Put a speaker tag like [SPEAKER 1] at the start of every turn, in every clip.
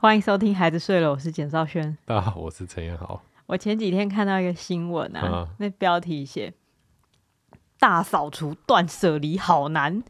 [SPEAKER 1] 欢迎收听《孩子睡了》，我是简少轩。
[SPEAKER 2] 大家好，我是陈彦豪。
[SPEAKER 1] 我前几天看到一个新闻啊，
[SPEAKER 2] 嗯
[SPEAKER 1] 那标题写“大扫除断舍离好难”，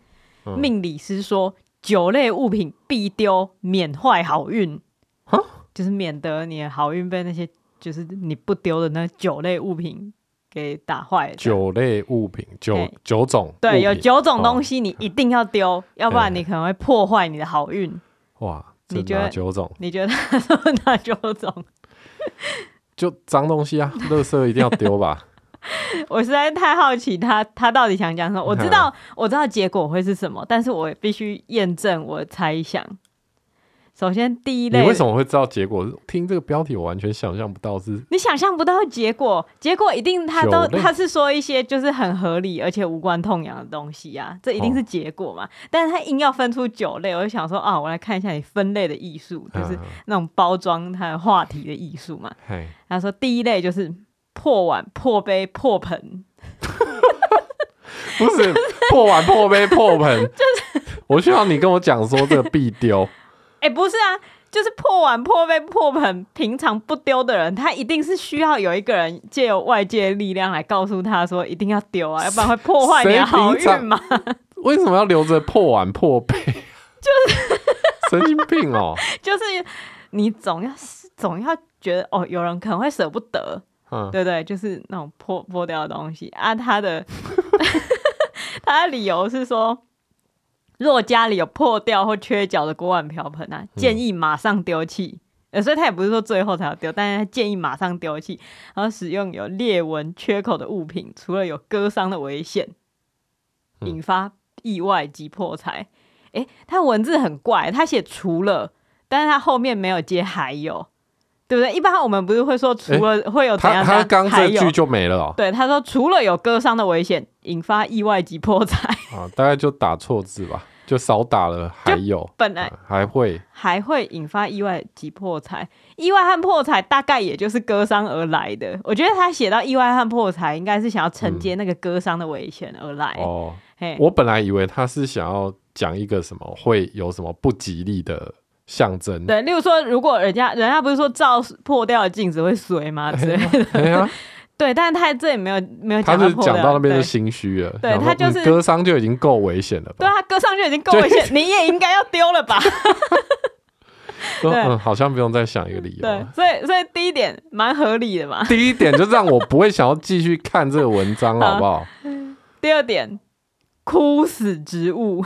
[SPEAKER 2] 嗯
[SPEAKER 1] 命理师说酒类物品必丢，免坏好运
[SPEAKER 2] 哈，
[SPEAKER 1] 就是免得你的好运被那些就是你不丢的那酒类物品给打坏了。
[SPEAKER 2] 酒类物品，九
[SPEAKER 1] 对
[SPEAKER 2] 九种物品，
[SPEAKER 1] 对，有九种东
[SPEAKER 2] 西。
[SPEAKER 1] 西你一定要丢，
[SPEAKER 2] 哎
[SPEAKER 1] 要不然你可能会破坏你的好运。
[SPEAKER 2] 哇，
[SPEAKER 1] 你
[SPEAKER 2] 这
[SPEAKER 1] 觉得
[SPEAKER 2] 哪九种？
[SPEAKER 1] 你觉得 他说哪九种？
[SPEAKER 2] 就脏东西啊，垃圾一定要丢吧？
[SPEAKER 1] 我实在太好奇他他到底想讲什么。我知道
[SPEAKER 2] 嗯
[SPEAKER 1] 我知道结果会是什么，但是我必须验证我的猜想。首先第一
[SPEAKER 2] 你
[SPEAKER 1] 类，
[SPEAKER 2] 为什么会知道结果？听这个标题，我完全想象不到是
[SPEAKER 1] 你想象不到结果，结果一定他都
[SPEAKER 2] 酒类
[SPEAKER 1] 他是说一些就是很合理而且无关痛痒的东西啊，这一
[SPEAKER 2] 哦
[SPEAKER 1] 定是结果嘛。但是他硬要分出九类，我就想说啊，我来看一下你分类的艺术，就是
[SPEAKER 2] 嗯
[SPEAKER 1] 那种包装它的话题的艺术嘛。
[SPEAKER 2] 嘿，
[SPEAKER 1] 他说第一类就是破碗、破杯、破盆，
[SPEAKER 2] 不是破碗、破杯、破 盆，我需要你跟我讲说这个必丢，
[SPEAKER 1] 哎、不是啊，就是破碗、破杯、破盆，平常不丢的人，他一定是需要有一个人借由外界力量来告诉他说一定要丢啊，要不然会破坏你的好运嘛。
[SPEAKER 2] 为什么要留着破碗、破杯？就是神经病哦，
[SPEAKER 1] 就是你总要总要觉得哦，有人可能会舍不得，
[SPEAKER 2] 嗯，
[SPEAKER 1] 对不对？就是那种破破掉的东西啊，他 的他的理由是说。若家里有破掉或缺角的锅碗瓢盆啊，
[SPEAKER 2] 嗯
[SPEAKER 1] 建议马上丢弃。呃，所以他也不是说最后才要丢，但是他建议马上丢弃，然后使用有裂纹、缺口的物品，除了有割伤的危险，
[SPEAKER 2] 嗯
[SPEAKER 1] 引发意外及破财。诶、他文字很怪，他写除了，但是他后面没有接还有，对不对？一般我们不是会说除了会有怎
[SPEAKER 2] 他
[SPEAKER 1] 样
[SPEAKER 2] 他
[SPEAKER 1] 怎
[SPEAKER 2] 刚
[SPEAKER 1] 样，还
[SPEAKER 2] 这
[SPEAKER 1] 有
[SPEAKER 2] 句就没了哦，
[SPEAKER 1] 对他说除了有割伤的危险，引发意外及破财，
[SPEAKER 2] 啊，大概就打错字吧，就少打了，还有。
[SPEAKER 1] 本来
[SPEAKER 2] 啊还会
[SPEAKER 1] 还会引发意外及破财。意外和破财大概也就是割伤而来的。我觉得他写到意外和破财，应该是想要承接那个割伤的危险而来。
[SPEAKER 2] 哦。
[SPEAKER 1] 嘿，
[SPEAKER 2] 我本来以为他是想要讲一个什么会有什么不吉利的象征，
[SPEAKER 1] 对，例如说，如果人家人家不是说照破掉的镜子会碎 吗？之类的。
[SPEAKER 2] 哎 呀，
[SPEAKER 1] 对，但是他这里没有没有
[SPEAKER 2] 他
[SPEAKER 1] 讲到
[SPEAKER 2] 是
[SPEAKER 1] 破掉
[SPEAKER 2] 讲
[SPEAKER 1] 的。
[SPEAKER 2] 到那边就
[SPEAKER 1] 对
[SPEAKER 2] 心虚了，
[SPEAKER 1] 对
[SPEAKER 2] 想说
[SPEAKER 1] 他就是
[SPEAKER 2] 嗯割伤就已经够危险了
[SPEAKER 1] 对
[SPEAKER 2] 吧？
[SPEAKER 1] 啊，割伤就已经够危险，你也应该要丢了 吧？
[SPEAKER 2] 说
[SPEAKER 1] 对
[SPEAKER 2] 嗯，好像不用再想一个理由
[SPEAKER 1] 对
[SPEAKER 2] 了。，
[SPEAKER 1] 所以所以第一点蛮合理的嘛。
[SPEAKER 2] 第一点就让我不会想要继续看这个文 章，
[SPEAKER 1] 好
[SPEAKER 2] 好不好？
[SPEAKER 1] 第二点，枯死植物，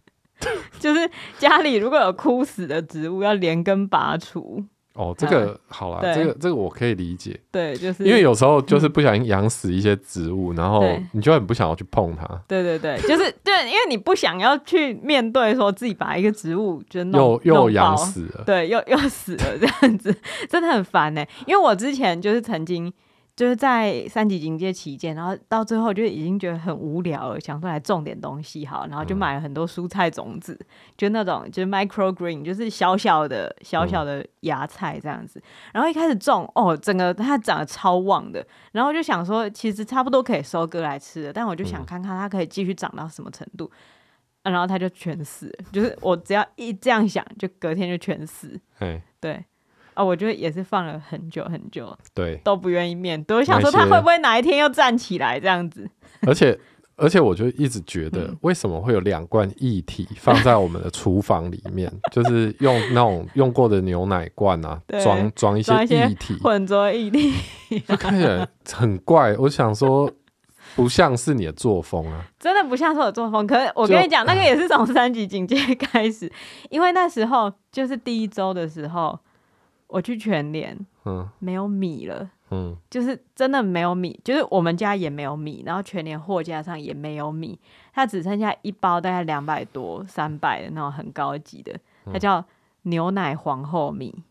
[SPEAKER 1] 就是家里如果有枯死的植物，要连根拔除。
[SPEAKER 2] 哦，这个好啦，
[SPEAKER 1] 嗯对嗯
[SPEAKER 2] 这个这个我可以理解，
[SPEAKER 1] 对，就是
[SPEAKER 2] 因为有时候就是不小心养死一些植物，然后
[SPEAKER 1] 对
[SPEAKER 2] 你就很不想要去碰它，
[SPEAKER 1] 对对对， 就是对，因为你不想要去面对说自己把一个植物就弄
[SPEAKER 2] 又又
[SPEAKER 1] 弄
[SPEAKER 2] 养
[SPEAKER 1] 爆
[SPEAKER 2] 死 了。
[SPEAKER 1] 对，又又死了这样子，真的很烦呢、因为我之前就是曾经就是在三级警戒期间，然后到最后就已经觉得很无聊了，想说来种点东西好，然后就
[SPEAKER 2] 嗯
[SPEAKER 1] 买了很多蔬菜种子，就那种就是 micro green，就是小小的小小
[SPEAKER 2] 嗯
[SPEAKER 1] 的芽菜这样子。然后一开始种，哦，整个它长得超旺的，然后我就想说，其实差不多可以收割来吃了，但我就想
[SPEAKER 2] 嗯
[SPEAKER 1] 看看它可以继续长到什么程度。啊然后它就全死了，就是我只要一这样想，就隔天就全死。
[SPEAKER 2] 哎，
[SPEAKER 1] 对啊，我觉得也是放了很久很久，
[SPEAKER 2] 对，
[SPEAKER 1] 都不愿意面对。我想
[SPEAKER 2] 那
[SPEAKER 1] 说，它
[SPEAKER 2] 些
[SPEAKER 1] 会不会哪一天又站起来这样子？
[SPEAKER 2] 而且而且，我就一直觉得，
[SPEAKER 1] 嗯
[SPEAKER 2] 为什么会有两罐液体放在我们的厨房里 面，就是用那种用过的牛奶罐啊
[SPEAKER 1] 对，
[SPEAKER 2] 装装一些
[SPEAKER 1] 装一些
[SPEAKER 2] 液体，
[SPEAKER 1] 混浊异地，
[SPEAKER 2] 就看起来很怪。我想说，不像是你的作风啊。
[SPEAKER 1] 真的不像是我作风。可是我跟
[SPEAKER 2] 就
[SPEAKER 1] 你讲，那个也是从三级警戒开始，因为那时候就是第一周的时候，我去全联
[SPEAKER 2] 嗯
[SPEAKER 1] 没有米了。
[SPEAKER 2] 嗯，
[SPEAKER 1] 就是真的没有米，就是我们家也没有米，然后全年货架上也没有米，它只剩下一包大概两百多、
[SPEAKER 2] 嗯
[SPEAKER 1] 三百的那种很高级的，它叫牛奶皇后米。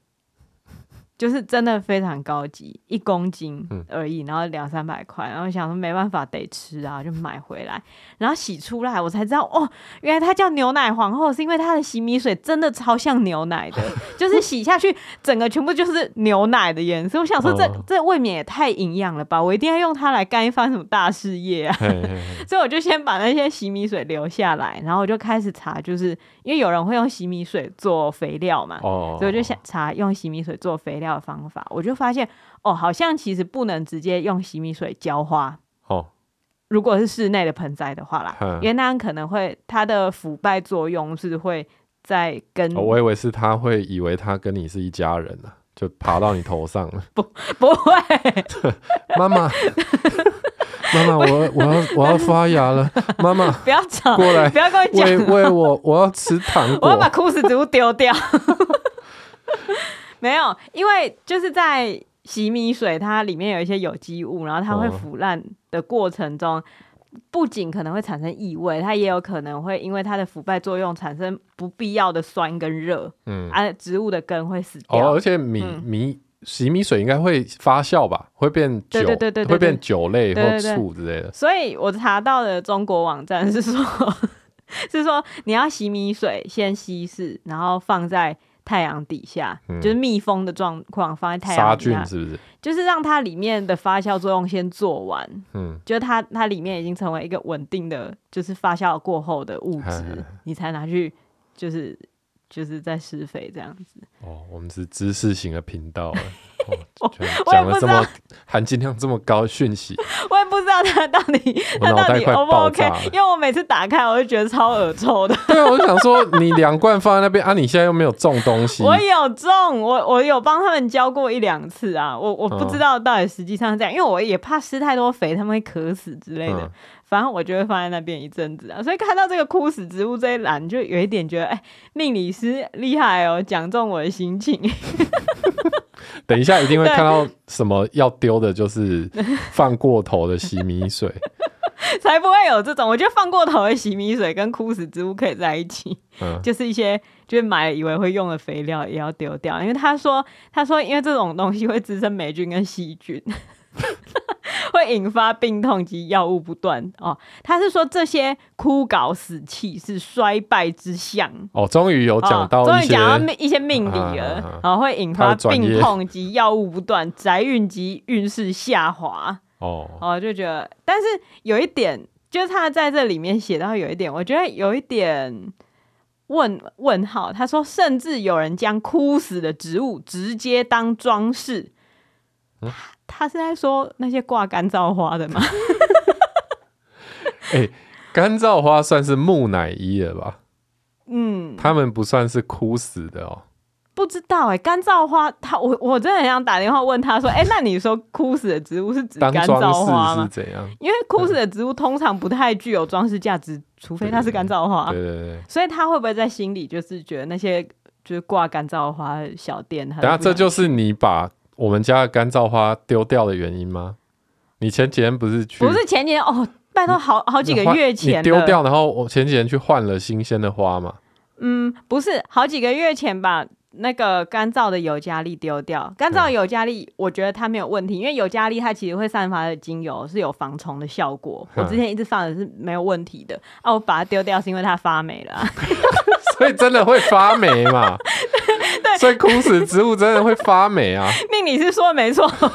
[SPEAKER 1] 就是真的非常高级，一公斤
[SPEAKER 2] 嗯
[SPEAKER 1] 而已，然后两三百块，然后想说没办法得吃啊，就买回来，然后洗出来，我才知道哦，原来它叫牛奶皇后，是因为它的洗米水真的超像牛奶 的，就是洗下去整个全部就是牛奶的颜色。我想说这、
[SPEAKER 2] 哦
[SPEAKER 1] 这未免也太营养了吧，我一定要用它来干一番什么大事业啊！
[SPEAKER 2] 嘿嘿嘿
[SPEAKER 1] 所以我就先把那些洗米水留下来，然后我就开始查，就是因为有人会用洗米水做肥料嘛，
[SPEAKER 2] 哦，
[SPEAKER 1] 所以我就想查用洗米水做肥料的方法，我就发现哦，好像其实不能直接用洗米水浇花，
[SPEAKER 2] 哦，
[SPEAKER 1] 如果是室内的盆栽的话啦，
[SPEAKER 2] 嗯
[SPEAKER 1] 因为那样可能会它的腐败作用是会在跟、
[SPEAKER 2] 哦我以为是他会以为他跟你是一家人呢、就爬到你头上了。
[SPEAKER 1] 不会，
[SPEAKER 2] 妈妈，妈妈，我我要我要发芽了，妈妈
[SPEAKER 1] 不要吵，
[SPEAKER 2] 过来
[SPEAKER 1] 不要跟 我讲
[SPEAKER 2] 喂，喂我，我要吃糖
[SPEAKER 1] 我
[SPEAKER 2] 果
[SPEAKER 1] 要。把枯死植物丢掉。 没有，因为就是在洗米水，它里面有一些有机物，然后它会
[SPEAKER 2] 哦
[SPEAKER 1] 腐烂的过程中，不仅可能会产生异味，它也有可能会因为它的腐败作用产生不必要的酸跟热，
[SPEAKER 2] 嗯，
[SPEAKER 1] 啊，植物的根会死掉。
[SPEAKER 2] 哦，而且米、
[SPEAKER 1] 嗯
[SPEAKER 2] 米洗米水应该会发酵吧，会变酒，
[SPEAKER 1] 对对对对对
[SPEAKER 2] 会变酒类
[SPEAKER 1] 对
[SPEAKER 2] 或
[SPEAKER 1] 对对
[SPEAKER 2] 醋之类的。
[SPEAKER 1] 所以我查到的中国网站是说，是说你要洗米水先稀释，然后放在太阳底下，
[SPEAKER 2] 嗯
[SPEAKER 1] 就是密封的状况放在太
[SPEAKER 2] 杀
[SPEAKER 1] 阳底
[SPEAKER 2] 菌
[SPEAKER 1] 下，
[SPEAKER 2] 是不是？
[SPEAKER 1] 就是让它里面的发酵作用先做完，
[SPEAKER 2] 嗯，
[SPEAKER 1] 就是它它里面已经成为一个稳定的，就是发酵过后的物
[SPEAKER 2] 嗨嗨
[SPEAKER 1] 质
[SPEAKER 2] 嗨，
[SPEAKER 1] 你才拿去就是就是在施肥这样 子。
[SPEAKER 2] 哦，我们是知识型的频道 啊。哦
[SPEAKER 1] 我
[SPEAKER 2] 居然
[SPEAKER 1] 我也
[SPEAKER 2] 讲
[SPEAKER 1] 不
[SPEAKER 2] 了
[SPEAKER 1] 知
[SPEAKER 2] 这
[SPEAKER 1] 道
[SPEAKER 2] 么含金量这么高讯息，
[SPEAKER 1] 我也不知道它到底
[SPEAKER 2] 我
[SPEAKER 1] 它
[SPEAKER 2] 脑
[SPEAKER 1] 到
[SPEAKER 2] 袋
[SPEAKER 1] 底
[SPEAKER 2] 快
[SPEAKER 1] O 不
[SPEAKER 2] 爆
[SPEAKER 1] OK，
[SPEAKER 2] 炸了。
[SPEAKER 1] 因为我每次打开我就觉得超恶臭的。
[SPEAKER 2] 对啊，我就想说你两罐放在那边啊，你现在又没有种东西，
[SPEAKER 1] 我有种，我我有帮他们浇过一两次啊，我
[SPEAKER 2] 嗯
[SPEAKER 1] 我不知道到底实际上是这样，因为我也怕施太多肥，他们会渴死之类的。
[SPEAKER 2] 嗯
[SPEAKER 1] 反正我就会放在那边一阵子啊，所以看到这个枯死植物这一栏，就有一点觉得，哎、命理师厉害哦，讲中我的心情。
[SPEAKER 2] 等一下一定会
[SPEAKER 1] 对
[SPEAKER 2] 看到什么要丢的，就是放过头的洗 米水。
[SPEAKER 1] 才不会有这种。我觉得放过头的洗米水跟枯死植物可以在一起，
[SPEAKER 2] 嗯
[SPEAKER 1] 就是一些就是买了以为会用的肥料也要丢掉，因为他说他说因为这种东西会滋生霉菌跟细菌。 会引发病痛及药物不断哦。他是说这些枯槁死气是衰败之象，
[SPEAKER 2] 哦，终于有讲到
[SPEAKER 1] 哦终
[SPEAKER 2] 一
[SPEAKER 1] 于
[SPEAKER 2] 些，
[SPEAKER 1] 讲到命一些命理
[SPEAKER 2] 啊啊
[SPEAKER 1] 了
[SPEAKER 2] 啊，
[SPEAKER 1] 然后会引
[SPEAKER 2] 他
[SPEAKER 1] 发
[SPEAKER 2] 的专业
[SPEAKER 1] 病痛及药物不断，宅运及运势下滑。
[SPEAKER 2] 哦，
[SPEAKER 1] 哦，就觉得，但是有一点，就是他在这里面写到有一点，我觉得有一点问问号。他说，甚至有人将枯死的植物直接当装饰。
[SPEAKER 2] 嗯
[SPEAKER 1] 他是在说那些挂干燥花的吗？
[SPEAKER 2] 哎、干燥花算是木乃伊了吧？
[SPEAKER 1] 嗯，
[SPEAKER 2] 他们不算是枯死的哦。
[SPEAKER 1] 不知道哎、干燥花，他我我真的很想打电话问他说，哎、那你说枯死的植物是指
[SPEAKER 2] 当
[SPEAKER 1] 干燥花
[SPEAKER 2] 装饰是
[SPEAKER 1] 吗？
[SPEAKER 2] 怎样？
[SPEAKER 1] 因为枯死的植物通常不太具有装饰价值，除非它是干燥花。
[SPEAKER 2] 嗯对对对，
[SPEAKER 1] 所以他会不会在心里就是觉得那些就是挂干燥花的小店，他
[SPEAKER 2] 等下
[SPEAKER 1] 不想
[SPEAKER 2] 这就是你把我们家的干燥花丢掉的原因吗？你前几天不是去
[SPEAKER 1] 不是前年哦，拜托好好几个月前
[SPEAKER 2] 你丢
[SPEAKER 1] 了
[SPEAKER 2] 掉，然后我前几天去换了新鲜的花嘛？
[SPEAKER 1] 嗯，不是好几个月前把那个干燥的尤加利丢掉，干燥的尤加利我觉得它没有问题，因为尤加利它其实会散发的精油是有防虫的效果，我
[SPEAKER 2] 嗯
[SPEAKER 1] 之前一直放的是没有问题的啊，我把它丢掉是因为它发霉了啊、
[SPEAKER 2] 所以真的会发霉嘛？所以枯死植物真的会发霉啊！
[SPEAKER 1] 命理是说的没错。 可是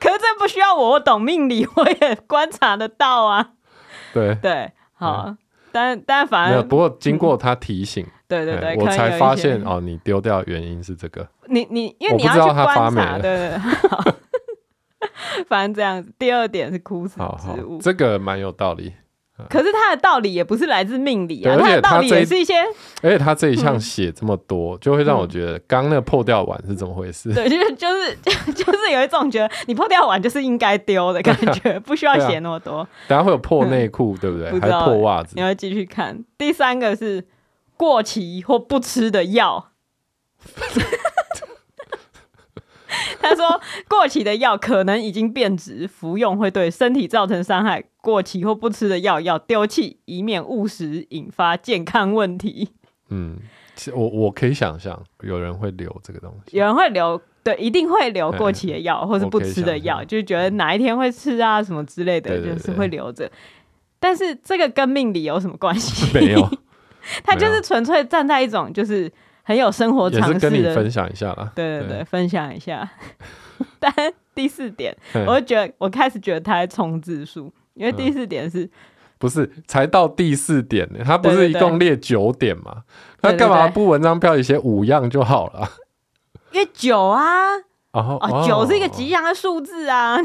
[SPEAKER 1] 这不需要我，我懂命理，我也观察得到啊。
[SPEAKER 2] 对，
[SPEAKER 1] 对，好，但但反
[SPEAKER 2] 嗯没有。
[SPEAKER 1] 正
[SPEAKER 2] 不过经过他提醒，
[SPEAKER 1] 对嗯对对，
[SPEAKER 2] 哎
[SPEAKER 1] 可
[SPEAKER 2] 我
[SPEAKER 1] 能有
[SPEAKER 2] 才
[SPEAKER 1] 一
[SPEAKER 2] 发
[SPEAKER 1] 些
[SPEAKER 2] 现哦，你丢掉的原因是这个。
[SPEAKER 1] 你你因为
[SPEAKER 2] 我
[SPEAKER 1] 你
[SPEAKER 2] 不
[SPEAKER 1] 要
[SPEAKER 2] 知道
[SPEAKER 1] 去
[SPEAKER 2] 它发
[SPEAKER 1] 观
[SPEAKER 2] 霉
[SPEAKER 1] 察，
[SPEAKER 2] 了
[SPEAKER 1] 对对对。好反正这样子，第二点是枯死
[SPEAKER 2] 好好
[SPEAKER 1] 植物，，
[SPEAKER 2] 这个蛮有道理。
[SPEAKER 1] 可是它的道理也不是来自命理啊，
[SPEAKER 2] 对而
[SPEAKER 1] 它
[SPEAKER 2] 且
[SPEAKER 1] 的道
[SPEAKER 2] 它
[SPEAKER 1] 理
[SPEAKER 2] 这
[SPEAKER 1] 也
[SPEAKER 2] 一
[SPEAKER 1] 是一 些
[SPEAKER 2] 而且他这一
[SPEAKER 1] 嗯
[SPEAKER 2] 项写这么多，就会让我觉得刚那个破掉碗是怎么回事？
[SPEAKER 1] 对，就是 就是就就是有一种觉得你破掉碗就是应该丢的感 觉，不需要
[SPEAKER 2] 对啊
[SPEAKER 1] 写那么多。
[SPEAKER 2] 等下会有破内裤， 对不对？
[SPEAKER 1] 不
[SPEAKER 2] 还
[SPEAKER 1] 知道欸
[SPEAKER 2] 有破袜子
[SPEAKER 1] 你，要继续看第三个是过期或不吃的 药。他说，过期的药可能已经变质，服用会对身体造成伤害。过期或不吃的药要丢弃，以免误食引发健康问题。
[SPEAKER 2] 嗯，其我我可以想象有人会留这个东西
[SPEAKER 1] 有，人会留，对，一定会留过期的药或是
[SPEAKER 2] 我
[SPEAKER 1] 不
[SPEAKER 2] 可以
[SPEAKER 1] 吃的
[SPEAKER 2] 想
[SPEAKER 1] 药，
[SPEAKER 2] 象
[SPEAKER 1] 就是觉得哪一天会吃啊什么之类的，
[SPEAKER 2] 对对
[SPEAKER 1] 就是
[SPEAKER 2] 对
[SPEAKER 1] 会留着。但是这个跟命理有什么关系？
[SPEAKER 2] 没有，
[SPEAKER 1] 他就
[SPEAKER 2] 没
[SPEAKER 1] 是
[SPEAKER 2] 有
[SPEAKER 1] 纯粹站在一种就是很有生活
[SPEAKER 2] 也
[SPEAKER 1] 常
[SPEAKER 2] 是
[SPEAKER 1] 识
[SPEAKER 2] 跟你
[SPEAKER 1] 的，
[SPEAKER 2] 分享一下啦。
[SPEAKER 1] 对对对，分享一 下。但第四点，
[SPEAKER 2] 嗯
[SPEAKER 1] 我就觉得我开始觉得他在冲字数，因为第四点是、
[SPEAKER 2] 不是，才到第四点呢，他不
[SPEAKER 1] 对
[SPEAKER 2] 是
[SPEAKER 1] 对
[SPEAKER 2] 一
[SPEAKER 1] 对
[SPEAKER 2] 共列九点嘛？
[SPEAKER 1] 对
[SPEAKER 2] 他
[SPEAKER 1] 对
[SPEAKER 2] 干嘛
[SPEAKER 1] 对
[SPEAKER 2] 不文章标题写五样就好了？
[SPEAKER 1] 因为九啊，
[SPEAKER 2] 然后
[SPEAKER 1] 哦，九是一个 吉祥的数字啊，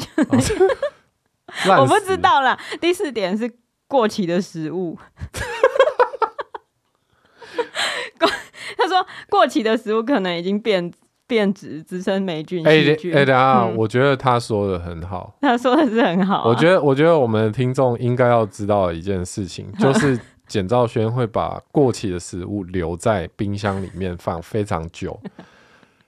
[SPEAKER 2] 烂
[SPEAKER 1] 我不
[SPEAKER 2] 死
[SPEAKER 1] 知道啦。第四点是过期的食物。 过他说过期的食物可能已经变变质，滋生霉菌
[SPEAKER 2] 哎
[SPEAKER 1] 细
[SPEAKER 2] 等
[SPEAKER 1] 菌。
[SPEAKER 2] 哎，等一下，
[SPEAKER 1] 嗯
[SPEAKER 2] 我觉得他说的很好。
[SPEAKER 1] 他说的是很好啊、
[SPEAKER 2] 我觉得，我觉得我们的听众应该要知道的一件事 情，就是简兆轩会把过期的食物留在冰箱里面放非常久，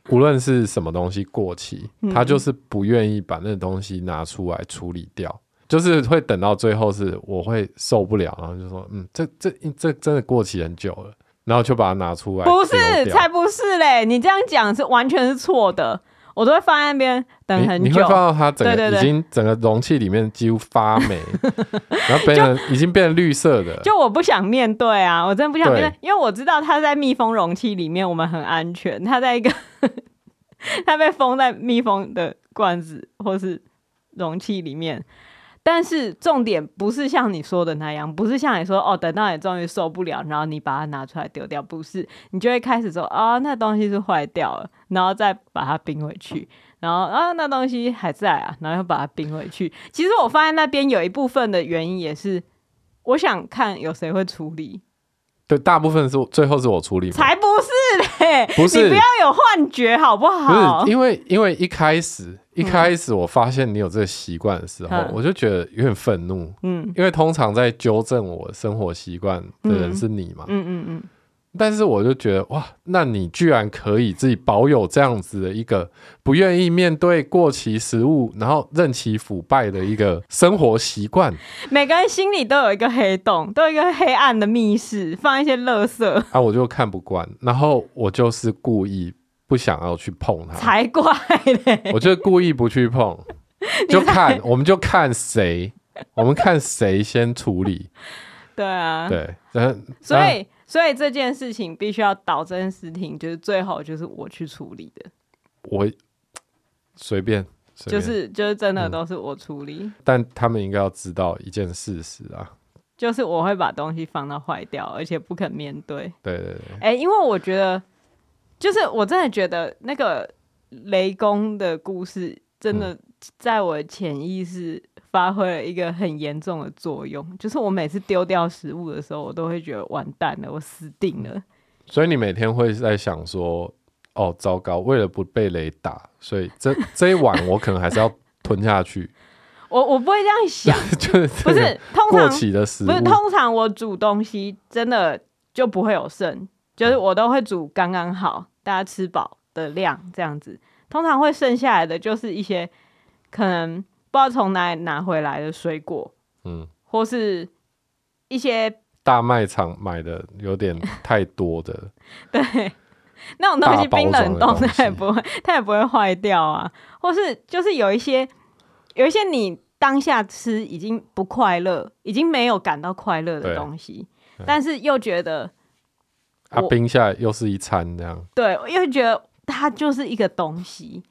[SPEAKER 2] 无论是什么东西过期，
[SPEAKER 1] 嗯
[SPEAKER 2] 他就是不愿意把那东西拿出来处理掉，就是会等到最后是我会受不了，然后就说，嗯，这这这真的过期很久了，然后就把它拿出来丢
[SPEAKER 1] 不
[SPEAKER 2] 掉，
[SPEAKER 1] 是，才不是嘞！你这样讲是完全是错的，我都会放在那边等
[SPEAKER 2] 你
[SPEAKER 1] 很
[SPEAKER 2] 你
[SPEAKER 1] 久
[SPEAKER 2] 会。放到它整
[SPEAKER 1] 对
[SPEAKER 2] 个
[SPEAKER 1] 对对
[SPEAKER 2] 已经整个容器里面几乎发 霉，然后变成已经变成绿色的，
[SPEAKER 1] 就我不想面对啊，我真的不想面对
[SPEAKER 2] 对，
[SPEAKER 1] 因为我知道它在密封容器里面，我们很安全。它在一个， 它被封在密封的罐子或是容器里面。但是重点不是像你说的那样，不是像你说哦，等到你终于受不了，然后你把它拿出来丢掉，不是，你就会开始说啊、那东西是坏掉了，然后再把它冰回去，然后啊，那东西还在啊，然后又把它冰回去。其实我发现那边有一部分的原因也是，我想看有谁会处理，
[SPEAKER 2] 对，大部分是我最后是我处理嘛，
[SPEAKER 1] 才不是嘞，
[SPEAKER 2] 不是
[SPEAKER 1] 你不要有幻觉好不好？
[SPEAKER 2] 不是因为因为一开始一开始我发现你有这个习惯的时候，
[SPEAKER 1] 嗯
[SPEAKER 2] 我就觉得有点愤怒，
[SPEAKER 1] 嗯
[SPEAKER 2] 因为通常在纠正我生活习惯的
[SPEAKER 1] 嗯
[SPEAKER 2] 人是你嘛，
[SPEAKER 1] 嗯嗯嗯，
[SPEAKER 2] 但是我就觉得哇，那你居然可以自己保有这样子的一个不愿意面对过期食物，然后任其腐败的一个生活习惯。
[SPEAKER 1] 每个人心里都有一个黑洞，都有一个黑暗的密室，放一些垃圾
[SPEAKER 2] 啊，我就看不惯，然后我就是故意不想要去碰它，
[SPEAKER 1] 才怪嘞。
[SPEAKER 2] 我就故意不去碰，就看我们就看谁，我们看谁先处理，
[SPEAKER 1] 对啊，
[SPEAKER 2] 对，然后
[SPEAKER 1] 所
[SPEAKER 2] 然后
[SPEAKER 1] 以、所以这件事情必须要导真实庭，就是最后就是我去处理的，
[SPEAKER 2] 我随便，随
[SPEAKER 1] 就
[SPEAKER 2] 便
[SPEAKER 1] 是就是真的
[SPEAKER 2] 嗯
[SPEAKER 1] 都是我处理，
[SPEAKER 2] 但他们应该要知道一件事实啊，
[SPEAKER 1] 就是我会把东西放到坏掉，而且不肯面对。
[SPEAKER 2] 对对对，
[SPEAKER 1] 哎、因为我觉得，就是我真的觉得那个雷公的故事，真
[SPEAKER 2] 嗯
[SPEAKER 1] 的在我的潜意识发挥了一个很严重的作用。就是我每次丢掉食物的时候，我都会觉得完蛋了，我死定了。
[SPEAKER 2] 所以你每天会在想说，哦，糟糕，为了不被雷打，所以这这一碗我可能还是要吞下去，
[SPEAKER 1] 我我不会这样想，
[SPEAKER 2] 就是
[SPEAKER 1] 不
[SPEAKER 2] 这个
[SPEAKER 1] 是通
[SPEAKER 2] 啊过
[SPEAKER 1] 常
[SPEAKER 2] 期的食物
[SPEAKER 1] 不是，通常我煮东西真的就不会有剩，就是
[SPEAKER 2] 嗯
[SPEAKER 1] 我都会煮刚刚好，大家吃饱的量这样子。通常会剩下来的就是一些可能不知道从哪里拿回来的水果，
[SPEAKER 2] 嗯。
[SPEAKER 1] 或是一些
[SPEAKER 2] 大卖场买的有点太 多的，
[SPEAKER 1] 对那种东西
[SPEAKER 2] 大包
[SPEAKER 1] 冰
[SPEAKER 2] 装
[SPEAKER 1] 冷
[SPEAKER 2] 的
[SPEAKER 1] 冻
[SPEAKER 2] 东西
[SPEAKER 1] 它也不会，它也不会坏掉啊。或是就是有一些有一些你当下吃已经不快乐，已经没有感到快乐的
[SPEAKER 2] 对
[SPEAKER 1] 东西
[SPEAKER 2] 对，
[SPEAKER 1] 但是又觉得。
[SPEAKER 2] 啊，
[SPEAKER 1] 我
[SPEAKER 2] 冰下来又是一餐这样，
[SPEAKER 1] 对，因为觉得它就是一个东西，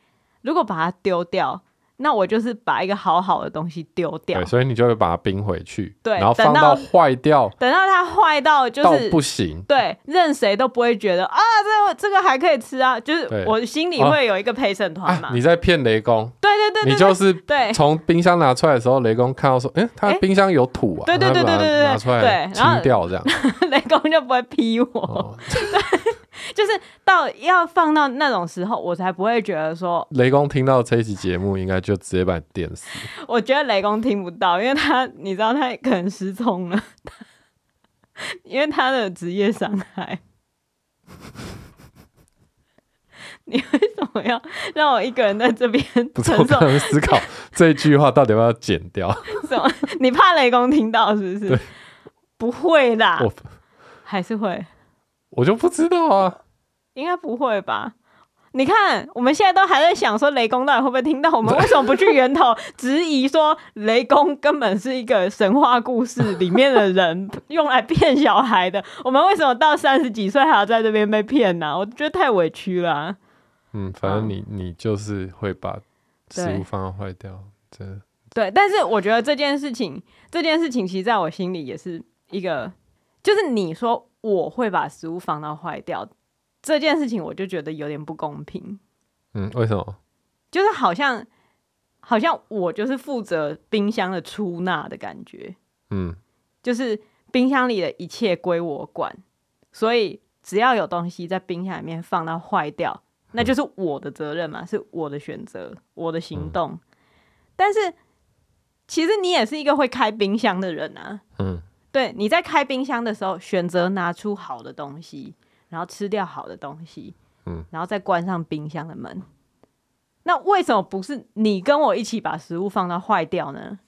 [SPEAKER 1] 如果把它丢掉，那我就是把一个好好的东西丢掉
[SPEAKER 2] 对，，所以你就会把它冰回去，
[SPEAKER 1] 对
[SPEAKER 2] 然后
[SPEAKER 1] 等
[SPEAKER 2] 放
[SPEAKER 1] 到
[SPEAKER 2] 到坏掉
[SPEAKER 1] 等到它坏到就
[SPEAKER 2] 到
[SPEAKER 1] 是
[SPEAKER 2] 不行，
[SPEAKER 1] 对任谁都不会觉得啊，这个这个还可以吃啊，就是
[SPEAKER 2] 对
[SPEAKER 1] 我心里
[SPEAKER 2] 哦
[SPEAKER 1] 会有一个陪审团嘛，
[SPEAKER 2] 啊，你在骗雷公，
[SPEAKER 1] 对对对对，哎
[SPEAKER 2] 你就是
[SPEAKER 1] 对。
[SPEAKER 2] 从冰箱拿出来的时候，雷公看到说，哎，他
[SPEAKER 1] 诶
[SPEAKER 2] 的冰箱有土啊，
[SPEAKER 1] 对对
[SPEAKER 2] 他
[SPEAKER 1] 对
[SPEAKER 2] 把它
[SPEAKER 1] 对对对
[SPEAKER 2] 拿出来
[SPEAKER 1] 对然后
[SPEAKER 2] 清掉这样，
[SPEAKER 1] 雷公就不会批我，
[SPEAKER 2] 哦
[SPEAKER 1] 就是到要放到那种时候，我才不会觉得说，
[SPEAKER 2] 雷公听到这一期节目，应该就直接把你电死，
[SPEAKER 1] 我觉得雷公听不到，因为他你知道他可能失踪了，因为他的职业伤害。你为什么要让我一个人在这边
[SPEAKER 2] 不是，我
[SPEAKER 1] 承受
[SPEAKER 2] 刚刚思 考这句话到底要不要剪掉，
[SPEAKER 1] 什么？你怕雷公听到是不是
[SPEAKER 2] 对？
[SPEAKER 1] 啊不会啦，
[SPEAKER 2] 我
[SPEAKER 1] 还是会。
[SPEAKER 2] 我就不知道啊。
[SPEAKER 1] 应该不会吧？你看，我们现在都还在想说雷公到底会不会听到我们？为什么不去源头质疑说雷公根本是一个神话故事里面的人用来骗小孩的？我们为什么到三十几岁还要在这边被骗呢、我觉得太委屈了啊、
[SPEAKER 2] 嗯，反正
[SPEAKER 1] 嗯
[SPEAKER 2] 你你就是会把食
[SPEAKER 1] 对
[SPEAKER 2] 物放到坏掉，真的。
[SPEAKER 1] 对，但是我觉得这件事情，这件事情其实在我心里也是一个，就是你说我会把食物放到坏掉这件事情，我就觉得有点不公平。
[SPEAKER 2] 嗯，为什么？
[SPEAKER 1] 就是好像好像我就是负责冰箱的出纳的感觉，
[SPEAKER 2] 嗯
[SPEAKER 1] 就是冰箱里的一切归我管，所以只要有东西在冰箱里面放到坏掉，那就是我的责任嘛，是我的选择，我的
[SPEAKER 2] 嗯
[SPEAKER 1] 行动。但是其实你也是一个会开冰箱的人啊，
[SPEAKER 2] 嗯
[SPEAKER 1] 对，你在开冰箱的时候，选择拿出好的东西，然后吃掉好的东西，
[SPEAKER 2] 嗯，
[SPEAKER 1] 然后再关上冰箱的门。那为什么不是你跟我一起把食物放到坏掉呢？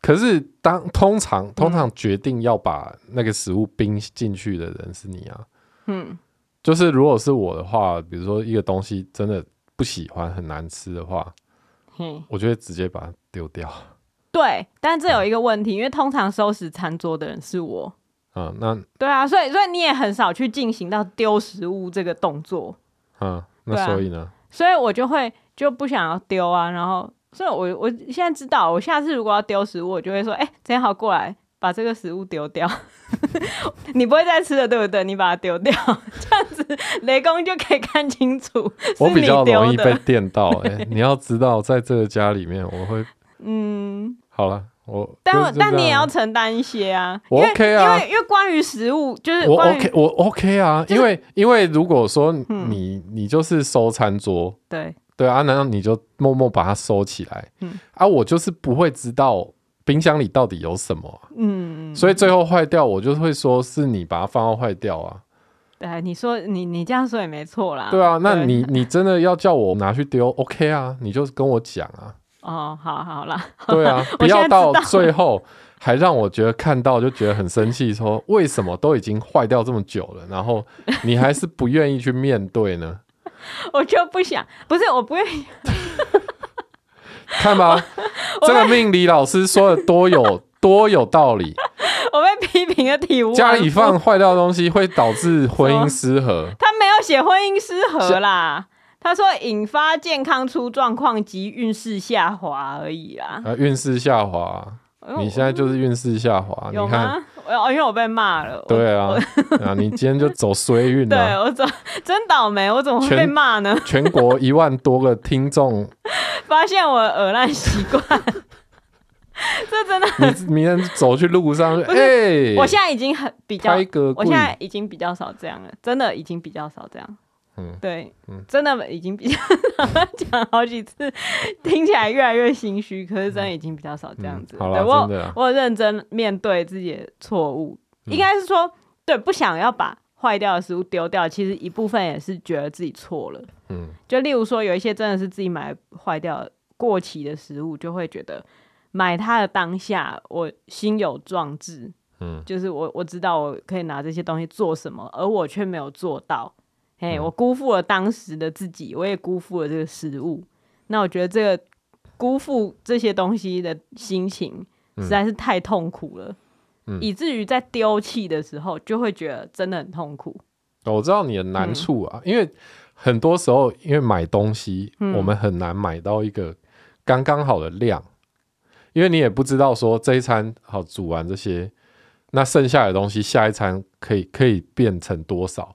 [SPEAKER 2] 可是当通常通常决定要把那个食物冰进去的人是你啊。
[SPEAKER 1] 嗯，
[SPEAKER 2] 就是如果是我的话，比如说一个东西真的不喜欢很难吃的话，
[SPEAKER 1] 嘿，
[SPEAKER 2] 我就会直接把它丢掉。
[SPEAKER 1] 对，但这有一个问题，因为通常收拾餐桌的人是我，
[SPEAKER 2] 嗯，那
[SPEAKER 1] 对啊，所以所以你也很少去进行到丢食物这个动作，
[SPEAKER 2] 嗯，
[SPEAKER 1] 对
[SPEAKER 2] 那
[SPEAKER 1] 啊
[SPEAKER 2] 所以 呢？
[SPEAKER 1] 所以我就会就不想要丢啊，然后所以我我现在知道，我下次如果要丢食物，我就会说，哎、正好过来把这个食物丢掉， 你不会再吃了，对不对？你把它丢掉，这样子雷公就可以看清 楚是
[SPEAKER 2] 我比
[SPEAKER 1] 你
[SPEAKER 2] 较容
[SPEAKER 1] 丢
[SPEAKER 2] 易
[SPEAKER 1] 的。
[SPEAKER 2] 被电到、欸。 你要知道，在这个家里面，我会
[SPEAKER 1] 嗯，
[SPEAKER 2] 好了，我
[SPEAKER 1] 但
[SPEAKER 2] 就
[SPEAKER 1] 我
[SPEAKER 2] 就
[SPEAKER 1] 但
[SPEAKER 2] 这
[SPEAKER 1] 你也
[SPEAKER 2] 样
[SPEAKER 1] 要
[SPEAKER 2] 啊
[SPEAKER 1] 承担一些啊，
[SPEAKER 2] 我 OK
[SPEAKER 1] 因为
[SPEAKER 2] 啊
[SPEAKER 1] 因为因为关于食物就是
[SPEAKER 2] 我
[SPEAKER 1] 关于
[SPEAKER 2] OK，我 OK 啊，因为因为如果说
[SPEAKER 1] 嗯
[SPEAKER 2] 你你就是收餐桌，
[SPEAKER 1] 对
[SPEAKER 2] 对啊，难道你就默默把它收起来？
[SPEAKER 1] 嗯
[SPEAKER 2] 啊，我就是不会知道冰箱里到底有什么啊、
[SPEAKER 1] 嗯，
[SPEAKER 2] 所以最后坏掉，我就会说是你把它放到坏掉啊，
[SPEAKER 1] 对你说你你这样说也没错啦，
[SPEAKER 2] 对啊，那
[SPEAKER 1] 对
[SPEAKER 2] 你你真的要叫我拿去丢，OK 啊，你就跟我讲啊，
[SPEAKER 1] 哦，好好啦，
[SPEAKER 2] 对 啊，
[SPEAKER 1] 我
[SPEAKER 2] 不
[SPEAKER 1] 现在
[SPEAKER 2] 要
[SPEAKER 1] 知道
[SPEAKER 2] 到最后还让我觉得看到就觉得很生气，说为什么都已经坏掉这么久了，然后你还是不愿意去面对呢？
[SPEAKER 1] 我就不想，不是我不愿意
[SPEAKER 2] 看吧， 这个命理老师说的多有多有道理。
[SPEAKER 1] 我被批评的体无完肤
[SPEAKER 2] 家里放坏掉的东西会导致婚姻失和。
[SPEAKER 1] 他没有写婚姻失和啦，他说引发健康出状况及运势下滑而已啦。
[SPEAKER 2] 啊，运势下滑、
[SPEAKER 1] 哎呦
[SPEAKER 2] 你现在就是运势下滑，
[SPEAKER 1] 有
[SPEAKER 2] 你看，
[SPEAKER 1] 吗？我哦因为我被骂了，我
[SPEAKER 2] 对啊，啊，你今天就走衰运
[SPEAKER 1] 对
[SPEAKER 2] 了、
[SPEAKER 1] 我怎 真倒霉，我怎么会
[SPEAKER 2] 全
[SPEAKER 1] 被骂呢？
[SPEAKER 2] 全国一万多个听众，
[SPEAKER 1] 发现我耳烂习惯， 这真的，
[SPEAKER 2] 你明天走去 路上，哎、
[SPEAKER 1] 我现在已经很比较
[SPEAKER 2] 拍个
[SPEAKER 1] 我
[SPEAKER 2] 棍
[SPEAKER 1] 现，在已经比较少这样了，真的已经比较少这样。
[SPEAKER 2] 嗯
[SPEAKER 1] 对，
[SPEAKER 2] 嗯
[SPEAKER 1] 真的已经比较 讲好几 次，听起来越来越心虚，可是真的已经比较少这样子。
[SPEAKER 2] 嗯好啦
[SPEAKER 1] 对我
[SPEAKER 2] 真的啊嗯
[SPEAKER 1] 我有认真面对自己的错误，应该是说对不想要把坏掉的食物丢掉，其实一部分也是觉得自己错了。
[SPEAKER 2] 嗯，
[SPEAKER 1] 就例如说，有一些真的是自己买坏掉的、过期的食物，就会觉得买它的当下，我心有壮志，
[SPEAKER 2] 嗯，
[SPEAKER 1] 就是我我知道我可以拿这些东西做什么，而我却没有做到，嘿，
[SPEAKER 2] 嗯
[SPEAKER 1] 我辜负了当时的自己，我也辜负了这个食物。那我觉得这个辜负这些东西的心情实在是太痛苦了，
[SPEAKER 2] 嗯
[SPEAKER 1] 以至于在丢弃的时候就会觉得真的很痛苦。
[SPEAKER 2] 哦我知道你的难处啊，因为很多时候，因为买东西，
[SPEAKER 1] 嗯
[SPEAKER 2] 我们很难买到一个刚刚好的量，因为你也不知道说这一餐好煮完这些，那剩下的东西下一餐可以可以变成多少？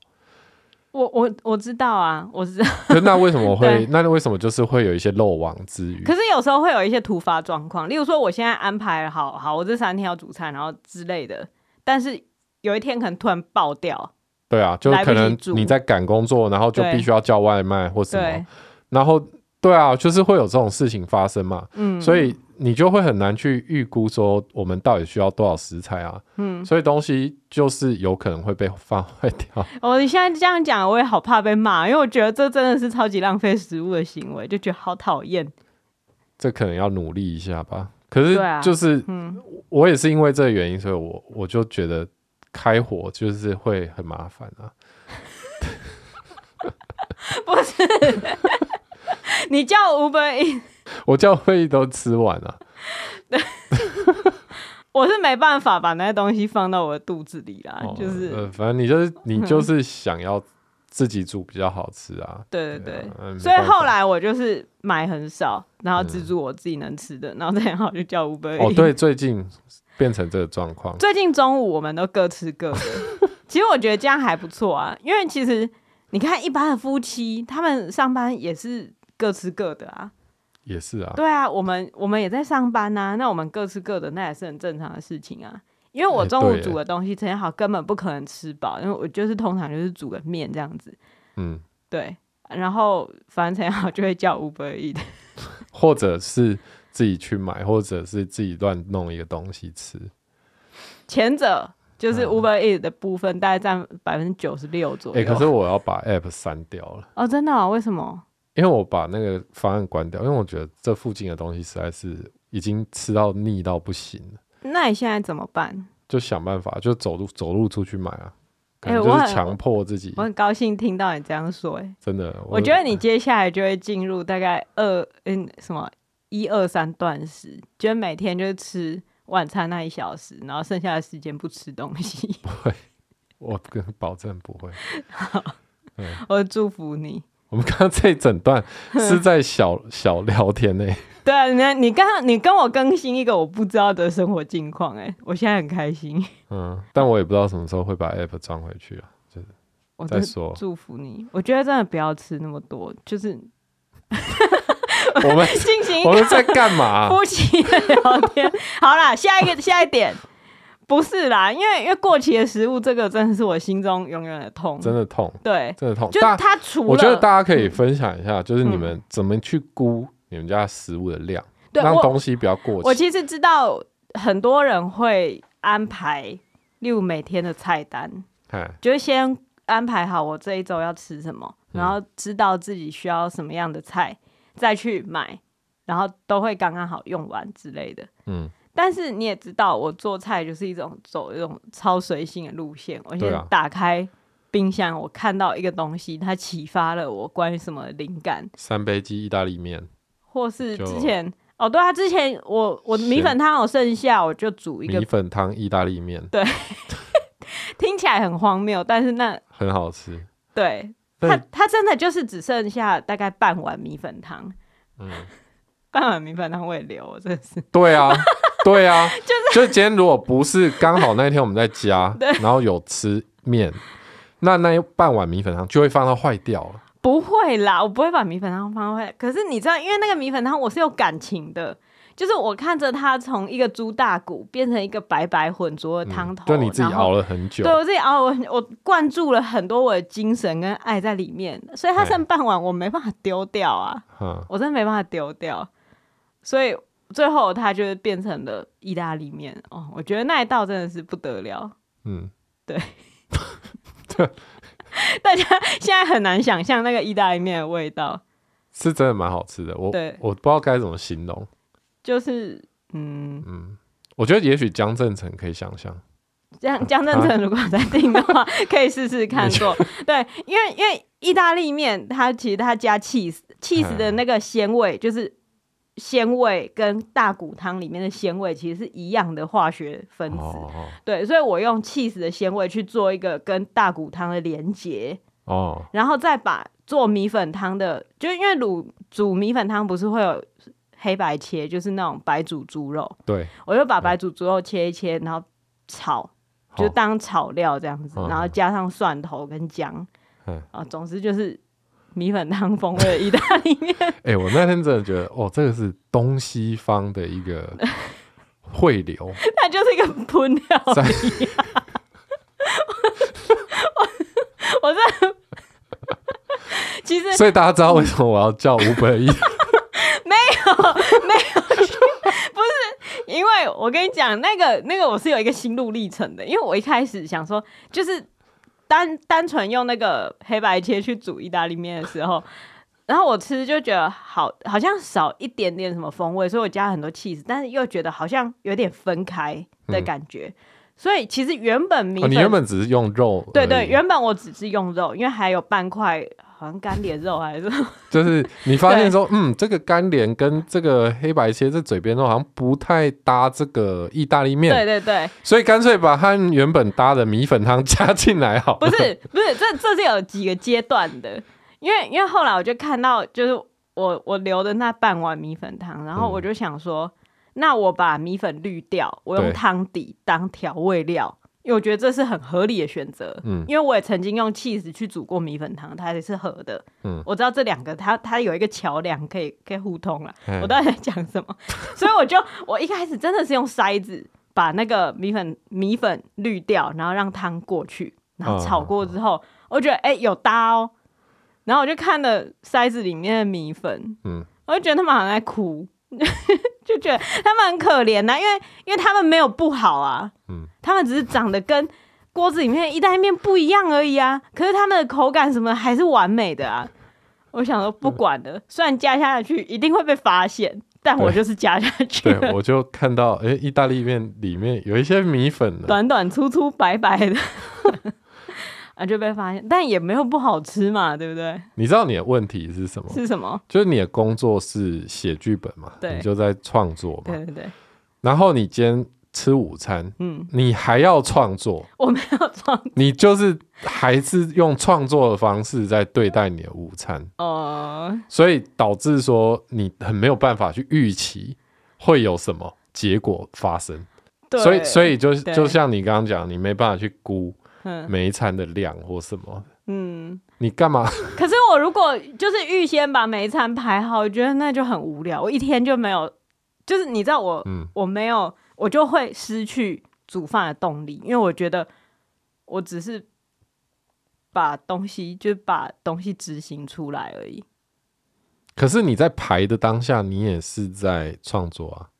[SPEAKER 1] 我我我知道啊，我知道。
[SPEAKER 2] 可那为什么
[SPEAKER 1] 对
[SPEAKER 2] 会？那为什么就是会有一些漏网之鱼
[SPEAKER 1] 可？是有时候会有一些突发状况，例如说我现在安排了好好，我这三天要煮菜，然后之类的，但是有一天可能突然爆掉，
[SPEAKER 2] 对啊，就
[SPEAKER 1] 来不
[SPEAKER 2] 可
[SPEAKER 1] 及
[SPEAKER 2] 能
[SPEAKER 1] 煮
[SPEAKER 2] 你在赶工作，然后就
[SPEAKER 1] 对
[SPEAKER 2] 必须要叫外卖或什么
[SPEAKER 1] 对，，
[SPEAKER 2] 然后对啊，就是会有这种事情发生嘛。
[SPEAKER 1] 嗯，
[SPEAKER 2] 所以你就会很难去预估说我们到底需要多少食材啊，
[SPEAKER 1] 嗯，
[SPEAKER 2] 所以东西就是有可能会被放坏掉。
[SPEAKER 1] 哦我现在这样讲，我也好怕被骂，因为我觉得这真的是超级浪费食物的行为，就觉得好讨厌。
[SPEAKER 2] 这可能要努力一下吧。可是
[SPEAKER 1] 对啊
[SPEAKER 2] 就是
[SPEAKER 1] 嗯
[SPEAKER 2] 我也是因为这个原因，所以我我就觉得开火就是会很麻烦啊。
[SPEAKER 1] 不是，你叫五本一，
[SPEAKER 2] 我叫会议都吃完啊了、
[SPEAKER 1] 我是没办法把那些东西放到我的肚子里啦，
[SPEAKER 2] 哦
[SPEAKER 1] 啊就是、
[SPEAKER 2] 呃，反正你就是你 就是想要自己煮比较好吃啊。
[SPEAKER 1] 对对
[SPEAKER 2] 对
[SPEAKER 1] 对
[SPEAKER 2] 啊。嗯没
[SPEAKER 1] 所以
[SPEAKER 2] 办
[SPEAKER 1] 后
[SPEAKER 2] 法
[SPEAKER 1] 来我就是买很少，然后资助我自己能吃的，然后再然后就叫五本一。
[SPEAKER 2] 嗯哦，对，最近变成这个状况，
[SPEAKER 1] 最近中午我们都各吃各 的，其实我觉得这样还不错啊，因为其实你看一般的夫妻，他们上班也是各吃各的啊，
[SPEAKER 2] 也是啊。
[SPEAKER 1] 对啊，我们我们也在上班呐、那我们各吃各的，那也是很正常的事情啊。因为我
[SPEAKER 2] 哎
[SPEAKER 1] 中午
[SPEAKER 2] 对
[SPEAKER 1] 煮
[SPEAKER 2] 耶
[SPEAKER 1] 的东西，陈彦豪根本不可能吃饱，因为我就是通常就是煮个面这样子，
[SPEAKER 2] 嗯，
[SPEAKER 1] 对。然后反正陈彦豪就会叫 Uber Eat，
[SPEAKER 2] 或者是自己去买，或者是自己乱弄一个东西吃。
[SPEAKER 1] 前者就是 Uber Eat 的部分，大概占百分之九十六左
[SPEAKER 2] 啊哎、
[SPEAKER 1] 右。
[SPEAKER 2] 可是我要把 App 删掉了。
[SPEAKER 1] 哦，真的、哦？为什么？
[SPEAKER 2] 因为我把那个方案关掉，因为我觉得这附近的东西实在是已经吃到腻到不行了，
[SPEAKER 1] 那你现在怎么办？
[SPEAKER 2] 就想办法就走路走路出去买啊，可
[SPEAKER 1] 哎
[SPEAKER 2] 能
[SPEAKER 1] 我
[SPEAKER 2] 就是
[SPEAKER 1] 很
[SPEAKER 2] 强迫自己，
[SPEAKER 1] 我很高兴听到你这样说、哎，
[SPEAKER 2] 真的，
[SPEAKER 1] 我觉得你接下来就会进入大概二嗯什么一二三断食，就是每天就是吃晚餐那一小时，然后剩下的时间不吃东西。
[SPEAKER 2] 我跟保证不会。
[SPEAKER 1] 我祝福你。
[SPEAKER 2] 我们刚刚这一整段是在小小聊天呢、
[SPEAKER 1] 对啊，那你刚刚你跟我更新一个我不知道的生活近况，哎，我现在很开心，
[SPEAKER 2] 嗯，但我也不知道什么时候会把 app 装回去啊，
[SPEAKER 1] 我
[SPEAKER 2] 再
[SPEAKER 1] 真的，
[SPEAKER 2] 说
[SPEAKER 1] 祝福你。我觉得真的不要吃那么多，就是
[SPEAKER 2] 我 们
[SPEAKER 1] 进行一
[SPEAKER 2] 我
[SPEAKER 1] 个
[SPEAKER 2] 们在干嘛、啊
[SPEAKER 1] 夫妻的聊天。好啦，下一个下一点不是啦，因为因为过期的食物这个真的是我心中永远的痛。
[SPEAKER 2] 真的痛，
[SPEAKER 1] 对，
[SPEAKER 2] 真的痛，
[SPEAKER 1] 就是
[SPEAKER 2] 大
[SPEAKER 1] 它除了嗯
[SPEAKER 2] 我觉得大家可以分享一下，就是你们怎么去估你们家食物的量，
[SPEAKER 1] 对
[SPEAKER 2] 让
[SPEAKER 1] 我
[SPEAKER 2] 东西不要过期。
[SPEAKER 1] 我其实知道很多人会安排，例如每天的菜单，
[SPEAKER 2] 哎，
[SPEAKER 1] 就是先安排好我这一周要吃什么，
[SPEAKER 2] 嗯
[SPEAKER 1] 然后知道自己需要什么样的菜，再去买，然后都会刚刚好用完之类的。
[SPEAKER 2] 嗯，
[SPEAKER 1] 但是你也知道，我做菜就是一种走一种超随性的路线。我
[SPEAKER 2] 对
[SPEAKER 1] 先
[SPEAKER 2] 啊
[SPEAKER 1] 打开冰箱，我看到一个东西，它启发了我关于什么灵感，
[SPEAKER 2] 三杯鸡意大利面，
[SPEAKER 1] 或是
[SPEAKER 2] 就
[SPEAKER 1] 之前哦，对啊，之前我我米粉汤有剩下，我就煮一个
[SPEAKER 2] 米，粉汤意大利面
[SPEAKER 1] 听起来很荒谬，但是那
[SPEAKER 2] 很好吃。
[SPEAKER 1] 对它
[SPEAKER 2] 但
[SPEAKER 1] 它真的就是只剩下大概半碗米粉汤，
[SPEAKER 2] 嗯，
[SPEAKER 1] 半碗米粉汤我也留，我真的是
[SPEAKER 2] 对啊，对 啊，就是今天如果不是刚好那一天我们在 家，然后有吃面，那那一半碗米粉汤就会放到坏掉了。
[SPEAKER 1] 不会啦，我不会把米粉汤放回来。可是你知道，因为那个米粉汤我是有感情的，就是我看着它从一个猪大骨变成一个白白混浊的汤头，
[SPEAKER 2] 就嗯你自己
[SPEAKER 1] 然后
[SPEAKER 2] 熬了很久
[SPEAKER 1] 对，我自己熬，我我灌注了很多我的精神跟爱在里面，所以它
[SPEAKER 2] 对
[SPEAKER 1] 剩半碗我没办法丢掉啊，
[SPEAKER 2] 嗯，
[SPEAKER 1] 我真的没办法丢掉，所以最后它就是变成了意大利面哦，我觉得那一道真的是不得了。
[SPEAKER 2] 嗯，
[SPEAKER 1] 大家现在很难想象那个意大利面的味道，
[SPEAKER 2] 是真的蛮好吃的。我
[SPEAKER 1] 对
[SPEAKER 2] 我不知道该怎么形容，
[SPEAKER 1] 就是嗯，
[SPEAKER 2] 嗯，我觉得也许江正成可以想象，啊
[SPEAKER 1] 江江正成如果在订的话，可以试试看做。对，因为因为意大利面它其实它加 cheese cheese
[SPEAKER 2] 嗯
[SPEAKER 1] 的那个鲜味，就是鲜味跟大骨汤里面的鲜味其实是一样的化学分子。
[SPEAKER 2] 哦
[SPEAKER 1] 对，所以我用 cheese 的鲜味去做一个跟大骨汤的连结，
[SPEAKER 2] 哦，
[SPEAKER 1] 然后再把做米粉汤的，就是因为卤煮米粉汤不是会有黑白切，就是那种白煮猪肉，
[SPEAKER 2] 对，
[SPEAKER 1] 我就把白煮猪肉切一切，然后炒， 就
[SPEAKER 2] 好
[SPEAKER 1] 当炒料这样子，
[SPEAKER 2] 嗯
[SPEAKER 1] 然后加上蒜头跟姜，
[SPEAKER 2] 嗯
[SPEAKER 1] 啊，总之就是米粉汤风味的意大利面。
[SPEAKER 2] 哎、我那天真的觉得，哦，这个是东西方的一个 汇流，
[SPEAKER 1] 它就是一个喷料
[SPEAKER 2] 在
[SPEAKER 1] 理啊我我这其实
[SPEAKER 2] 所以大家知道为什么我要叫五本一
[SPEAKER 1] 因为我跟你讲，那个那个我是有一个心路历程的，因为我一开始想说，就是单单纯用那个黑白切去煮意大利面的时候，然后我吃就觉得好好像少一点点什么风味，所以我加了很多 cheese，但是又觉得好像有点分开的感觉，所以其实原本 米
[SPEAKER 2] 嗯哦，
[SPEAKER 1] 粉，
[SPEAKER 2] 你原本只是用肉而已，
[SPEAKER 1] 对对，原本我只是用肉，因为还有半块好像干碟肉还 是什么
[SPEAKER 2] 就是你发现说，嗯，这个干莲跟这个黑白切这嘴边肉好像不太搭这个意大利
[SPEAKER 1] 对
[SPEAKER 2] 面，
[SPEAKER 1] 对对，
[SPEAKER 2] 所以干脆把它原本搭的米粉汤 加进来好了。
[SPEAKER 1] 不 是不是，这这是有几个阶段的，因为因为后来我就看到，就是我我留的那半碗米粉汤，然后
[SPEAKER 2] 嗯
[SPEAKER 1] 我就想说，那我把米粉滤掉，我
[SPEAKER 2] 对
[SPEAKER 1] 用汤底当调味料，因为我觉得这是很合理的选择。
[SPEAKER 2] 嗯
[SPEAKER 1] 因为我也曾经用 cheese 去煮过米粉汤，它也是合的。
[SPEAKER 2] 嗯
[SPEAKER 1] 我知道这两个它它有一个桥梁可以可以互通了。
[SPEAKER 2] 嗯
[SPEAKER 1] 我到底在讲什么？所以我就我一开始真的是用筛子把那个米粉米粉滤掉，然后让汤过去，然后炒过之后，我觉得哎、有搭哦，然后我就看了筛子里面的米粉，
[SPEAKER 2] 嗯
[SPEAKER 1] 我就觉得他们好像在哭， 就觉得他们很可怜呐、因为因为他们没有不好啊，
[SPEAKER 2] 嗯
[SPEAKER 1] 他们只是长得跟锅子里面的意大利面不一样而已啊，可是他们的口感什么还是完美的啊。我想说不管
[SPEAKER 2] 嗯
[SPEAKER 1] 了，虽然加下去一定会被发现，但我
[SPEAKER 2] 对
[SPEAKER 1] 就是加下去
[SPEAKER 2] 对，
[SPEAKER 1] 了，
[SPEAKER 2] 我就看到，哎、意大利面里面有一些米粉呢，
[SPEAKER 1] 短短粗粗白白的。 啊，就被发现，但也没有不好吃嘛，对不对？
[SPEAKER 2] 你知道你的问题是什么？
[SPEAKER 1] 是什么？
[SPEAKER 2] 就是你的工作是写剧本嘛，
[SPEAKER 1] 对
[SPEAKER 2] 你就在创作嘛，
[SPEAKER 1] 对对对，
[SPEAKER 2] 然后你今天吃午餐，
[SPEAKER 1] 嗯，
[SPEAKER 2] 你还要 创作，
[SPEAKER 1] 我没有装
[SPEAKER 2] 你就是还是用创作的方式在对待你的午餐，
[SPEAKER 1] 哦，
[SPEAKER 2] 所以导致说你很没有办法去预期会有什么结果发生，
[SPEAKER 1] 对，
[SPEAKER 2] 所以所以就
[SPEAKER 1] 对
[SPEAKER 2] 就像你刚刚讲，你没办法去估
[SPEAKER 1] 嗯
[SPEAKER 2] 每一餐的量或什么，
[SPEAKER 1] 嗯，
[SPEAKER 2] 你干嘛？
[SPEAKER 1] 可是我如果就是预先把每一餐排好，我觉得那就很无聊。我一天就没有，就是你知道我，
[SPEAKER 2] 嗯
[SPEAKER 1] 我没有，我就会失去煮饭的动力，因为我觉得我只是把东西，就是把东西执行出来而已。
[SPEAKER 2] 可是你在排的当下，你也是在创作啊。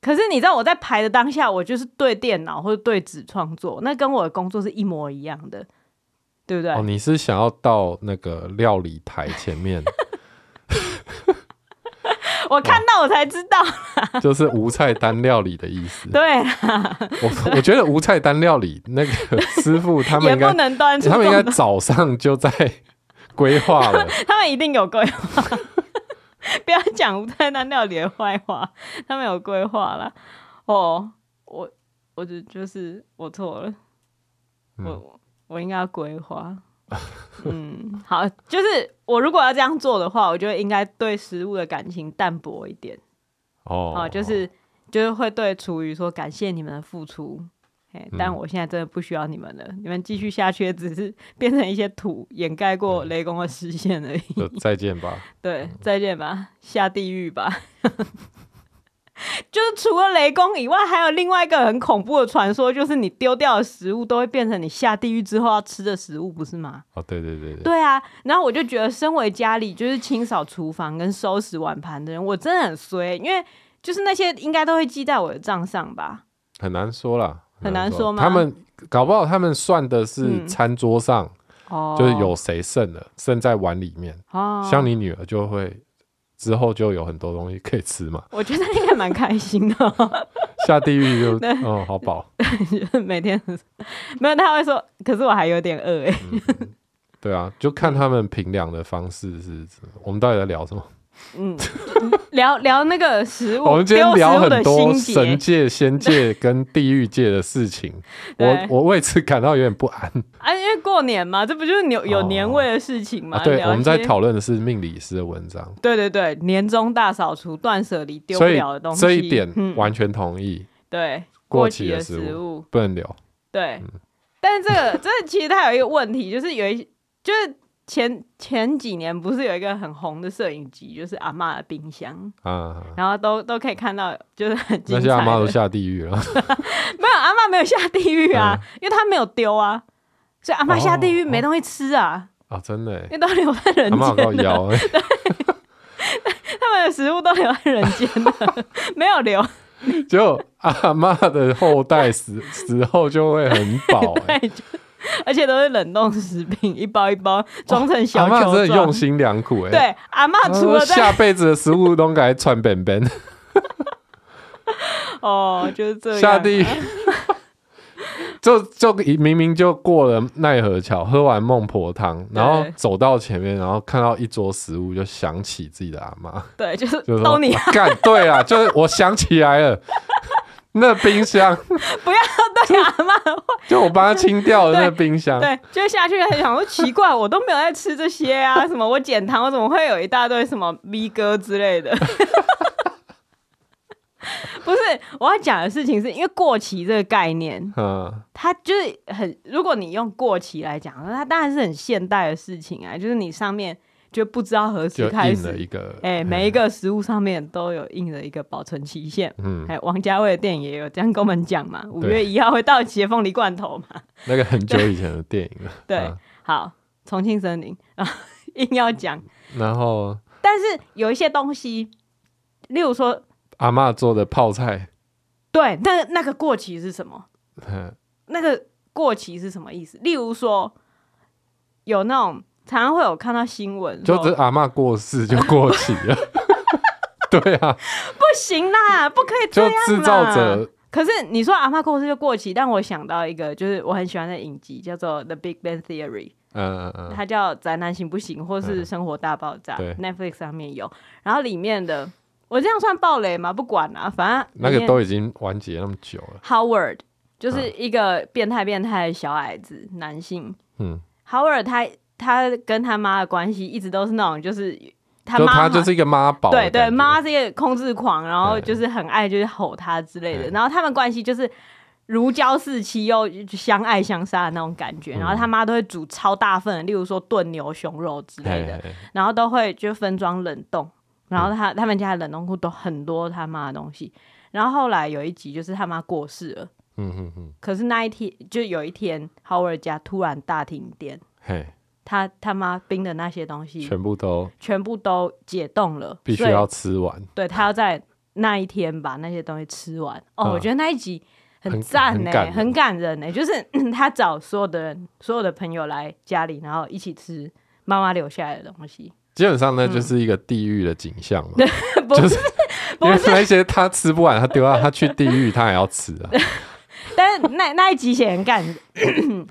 [SPEAKER 1] 可是你知道我在排的当下，我就是对电脑或者对纸创作，那跟我的工作是一模一样的，对不对？
[SPEAKER 2] 哦，你是想要到那个料理台 前面，
[SPEAKER 1] 我看到我才知道，
[SPEAKER 2] 哦就是无菜单料理的意思。
[SPEAKER 1] 对啦，
[SPEAKER 2] 我我觉得无菜单料理那个师傅他们
[SPEAKER 1] 也
[SPEAKER 2] 应该
[SPEAKER 1] 不，能端出
[SPEAKER 2] 他们应
[SPEAKER 1] 这
[SPEAKER 2] 该
[SPEAKER 1] 种东
[SPEAKER 2] 早上就在规划 了。
[SPEAKER 1] 他们一定有规划。不要讲吴菜单料理的坏话，他们有规划啦。哦，我我就就是我错了，
[SPEAKER 2] 嗯
[SPEAKER 1] 我我应该要规划。嗯，好，就是我如果要这样做的话，我就应该对食物的感情淡薄一点
[SPEAKER 2] 哦
[SPEAKER 1] 啊、就是就是会对厨余说感谢你们的付出。哎，
[SPEAKER 2] 嗯
[SPEAKER 1] 但我现在真的不需要你们了，你们继续下去，只是变成一些土掩盖过
[SPEAKER 2] 嗯
[SPEAKER 1] 雷公的视线而已。
[SPEAKER 2] 就再见吧。
[SPEAKER 1] 对，再见吧，下地狱吧。 就是除了雷公以外，还有另外一个很恐怖的传说，就是你丢掉的食物都会变成你下地狱之后要吃的食物，不是吗？
[SPEAKER 2] 哦，对对对对，
[SPEAKER 1] 对啊，然后我就觉得，身为家里就是清扫厨房跟收拾碗盘的人，我真的很衰，因为就是那些应该都会记在我的账上吧？
[SPEAKER 2] 很难说啦，
[SPEAKER 1] 很难说吗
[SPEAKER 2] 他们搞不好他们算的是
[SPEAKER 1] 嗯
[SPEAKER 2] 餐桌上，
[SPEAKER 1] 哦
[SPEAKER 2] 就是有谁剩了，剩在碗里面。
[SPEAKER 1] 哦，，
[SPEAKER 2] 像你女儿就会之后就有很多东西可以吃嘛
[SPEAKER 1] 我觉得应该蛮开心的、
[SPEAKER 2] 下地狱就
[SPEAKER 1] 对
[SPEAKER 2] 嗯好饱，
[SPEAKER 1] 每天 没有他会说，可是我还有点饿哎、
[SPEAKER 2] 对啊，就看他们评量的方式是什么。我们到底在聊什么？
[SPEAKER 1] 嗯，聊聊那个食物，
[SPEAKER 2] 我们今天
[SPEAKER 1] 丢食
[SPEAKER 2] 聊
[SPEAKER 1] 物
[SPEAKER 2] 很
[SPEAKER 1] 的心
[SPEAKER 2] 多
[SPEAKER 1] 结
[SPEAKER 2] 神界、仙界跟地狱界的 事情，我
[SPEAKER 1] 对
[SPEAKER 2] 我为此感到有点不 安
[SPEAKER 1] 啊，因为过年嘛，这不就是有有
[SPEAKER 2] 哦
[SPEAKER 1] 年味的事情嘛？
[SPEAKER 2] 啊。对，
[SPEAKER 1] 聊一
[SPEAKER 2] 我们在
[SPEAKER 1] 些，
[SPEAKER 2] 讨论的是命理师的文章，
[SPEAKER 1] 对对对，年终大扫除，断舍离丢不
[SPEAKER 2] 所以
[SPEAKER 1] 了的东西，
[SPEAKER 2] 这一点
[SPEAKER 1] 嗯
[SPEAKER 2] 完全同意，
[SPEAKER 1] 对
[SPEAKER 2] 过
[SPEAKER 1] 过
[SPEAKER 2] 期
[SPEAKER 1] 期
[SPEAKER 2] 的
[SPEAKER 1] 的
[SPEAKER 2] 食嗯
[SPEAKER 1] 食物，
[SPEAKER 2] 不能留。
[SPEAKER 1] 对。但是这个这其实它有一个问题，就是有一就是前前几年不是有一个很红的摄影集，就是阿嬷的冰箱，
[SPEAKER 2] 啊，
[SPEAKER 1] 然后都都可以看到，就是很精彩
[SPEAKER 2] 那些
[SPEAKER 1] 的。
[SPEAKER 2] 阿妈都下地狱了，
[SPEAKER 1] 没有阿嬷没有下地狱啊，
[SPEAKER 2] 嗯
[SPEAKER 1] 因为她没有丢啊，所以阿嬷下地狱
[SPEAKER 2] 哦
[SPEAKER 1] 没东西吃啊，
[SPEAKER 2] 啊，真的耶
[SPEAKER 1] 因，为都留在人
[SPEAKER 2] 阿妈
[SPEAKER 1] 间
[SPEAKER 2] 好
[SPEAKER 1] 了。
[SPEAKER 2] 腰耶，
[SPEAKER 1] 他们的食物都留在人间了， 没有留，
[SPEAKER 2] 就阿妈的后代 死死后就会很饱欸耶。
[SPEAKER 1] 对，就而且都是冷冻食品，一包一包装成
[SPEAKER 2] 阿
[SPEAKER 1] 小
[SPEAKER 2] 妈
[SPEAKER 1] 球
[SPEAKER 2] 真的
[SPEAKER 1] 状。
[SPEAKER 2] 用心良苦哎，
[SPEAKER 1] 对，阿妈
[SPEAKER 2] 她
[SPEAKER 1] 除
[SPEAKER 2] 说
[SPEAKER 1] 了在
[SPEAKER 2] 下辈子的食物都该穿 本本。
[SPEAKER 1] 哦，就是这样
[SPEAKER 2] 下地狱。就就明明就过了奈何桥，喝完孟婆汤，然后
[SPEAKER 1] 对
[SPEAKER 2] 走到前面，然后看到一桌食物，就想起自己的阿妈，
[SPEAKER 1] 对，就是
[SPEAKER 2] 就是
[SPEAKER 1] 都
[SPEAKER 2] 说
[SPEAKER 1] 你
[SPEAKER 2] 啊干对啊，就是我想起来了，那冰箱
[SPEAKER 1] 不要对阿妈的话，
[SPEAKER 2] 就我帮他清掉的那冰箱，
[SPEAKER 1] 对，就下去还想说奇怪，我都没有在吃这些啊，什么我减糖，我怎么会有一大堆什么 V 哥之类的？ 不是，我要讲的事情是因为过期这个概念，
[SPEAKER 2] 嗯，
[SPEAKER 1] 它就是很，如果你用过期来讲，那它当然是很现代的事情啊，就是你上面就不知道何时
[SPEAKER 2] 就
[SPEAKER 1] 开
[SPEAKER 2] 印了
[SPEAKER 1] 始，
[SPEAKER 2] 一个，嗯
[SPEAKER 1] 哎、每一个食物上面都有印了一个保存期限。
[SPEAKER 2] 嗯，
[SPEAKER 1] 还有王家卫的电影也有这样跟我们讲嘛，五
[SPEAKER 2] 对
[SPEAKER 1] 月一号会到期的凤梨罐头嘛。
[SPEAKER 2] 那个很久以前的电影了，
[SPEAKER 1] 对，
[SPEAKER 2] 嗯
[SPEAKER 1] 好，重庆森林， 然后硬要讲，
[SPEAKER 2] 然后
[SPEAKER 1] 但是有一些东西，例如说，
[SPEAKER 2] 阿嬷做的泡菜，
[SPEAKER 1] 对，那那个过期是什么？
[SPEAKER 2] 嗯
[SPEAKER 1] 那个过期是什么意思？例如说，有那种常常会有看到新闻说，
[SPEAKER 2] 就只是阿嬷过世就过期了， 对啊，
[SPEAKER 1] 不行啦，不可以这样
[SPEAKER 2] 就
[SPEAKER 1] 啦。
[SPEAKER 2] 制造者。
[SPEAKER 1] 可是你说阿妈过世就过期，但我想到一个，就是我很喜欢的影集，叫做《The Big Bang Theory》。
[SPEAKER 2] 嗯嗯嗯，
[SPEAKER 1] 它叫《宅男行不行》或是《生活大爆炸
[SPEAKER 2] 对》
[SPEAKER 1] ，Netflix 上面有。然后里面的我这样算暴雷吗？不管啦、反正
[SPEAKER 2] 那
[SPEAKER 1] 里
[SPEAKER 2] 个
[SPEAKER 1] 面
[SPEAKER 2] 都已嗯经完结那么久了，
[SPEAKER 1] Howard 就是一个变态变态的小矮子男性。
[SPEAKER 2] 嗯，
[SPEAKER 1] Howard 他他跟他妈的关系一直都是那种，就是他
[SPEAKER 2] 就
[SPEAKER 1] 妈
[SPEAKER 2] 他
[SPEAKER 1] 好
[SPEAKER 2] 就是一个妈宝，
[SPEAKER 1] 对对，妈，是一个控制狂，然后
[SPEAKER 2] 嗯
[SPEAKER 1] 就是很爱就是吼他之类的，
[SPEAKER 2] 嗯
[SPEAKER 1] 然后他们关系就是如胶似漆又相爱相杀的那种感觉，
[SPEAKER 2] 嗯
[SPEAKER 1] 然后他妈都会煮超大份的，例如说炖牛熊肉之类
[SPEAKER 2] 嘿
[SPEAKER 1] 的，
[SPEAKER 2] 嘿嘿
[SPEAKER 1] 然后都会就分装冷冻，然
[SPEAKER 2] 嗯
[SPEAKER 1] 后他他们家的冷冻库都很多他妈的东西，然后后来有一集就是他妈过世了，
[SPEAKER 2] 嗯嗯嗯，
[SPEAKER 1] 可是那一天就有一天 Howard 家突然大停电，
[SPEAKER 2] 嘿，
[SPEAKER 1] 他他妈冰的那些东西
[SPEAKER 2] 全部都
[SPEAKER 1] 全部都解冻了，
[SPEAKER 2] 必
[SPEAKER 1] 嗯
[SPEAKER 2] 须
[SPEAKER 1] 所以
[SPEAKER 2] 要吃完，
[SPEAKER 1] 对他要在那一天把那些东西吃完。哦，
[SPEAKER 2] 嗯
[SPEAKER 1] 我觉得那一集很
[SPEAKER 2] 很
[SPEAKER 1] 赞
[SPEAKER 2] 很
[SPEAKER 1] 呢、
[SPEAKER 2] 感人
[SPEAKER 1] 很感人呢、欸就是 他找所有的人、所有的朋友来家里，然后一起吃妈妈留下来的东 西。
[SPEAKER 2] 基本上那
[SPEAKER 1] 嗯
[SPEAKER 2] 就是一个地狱的景 象嘛，
[SPEAKER 1] 不，
[SPEAKER 2] 就是是因为那些他吃不完，他丢到他去地狱，他也要吃啊，
[SPEAKER 1] 但是那那一集写很 感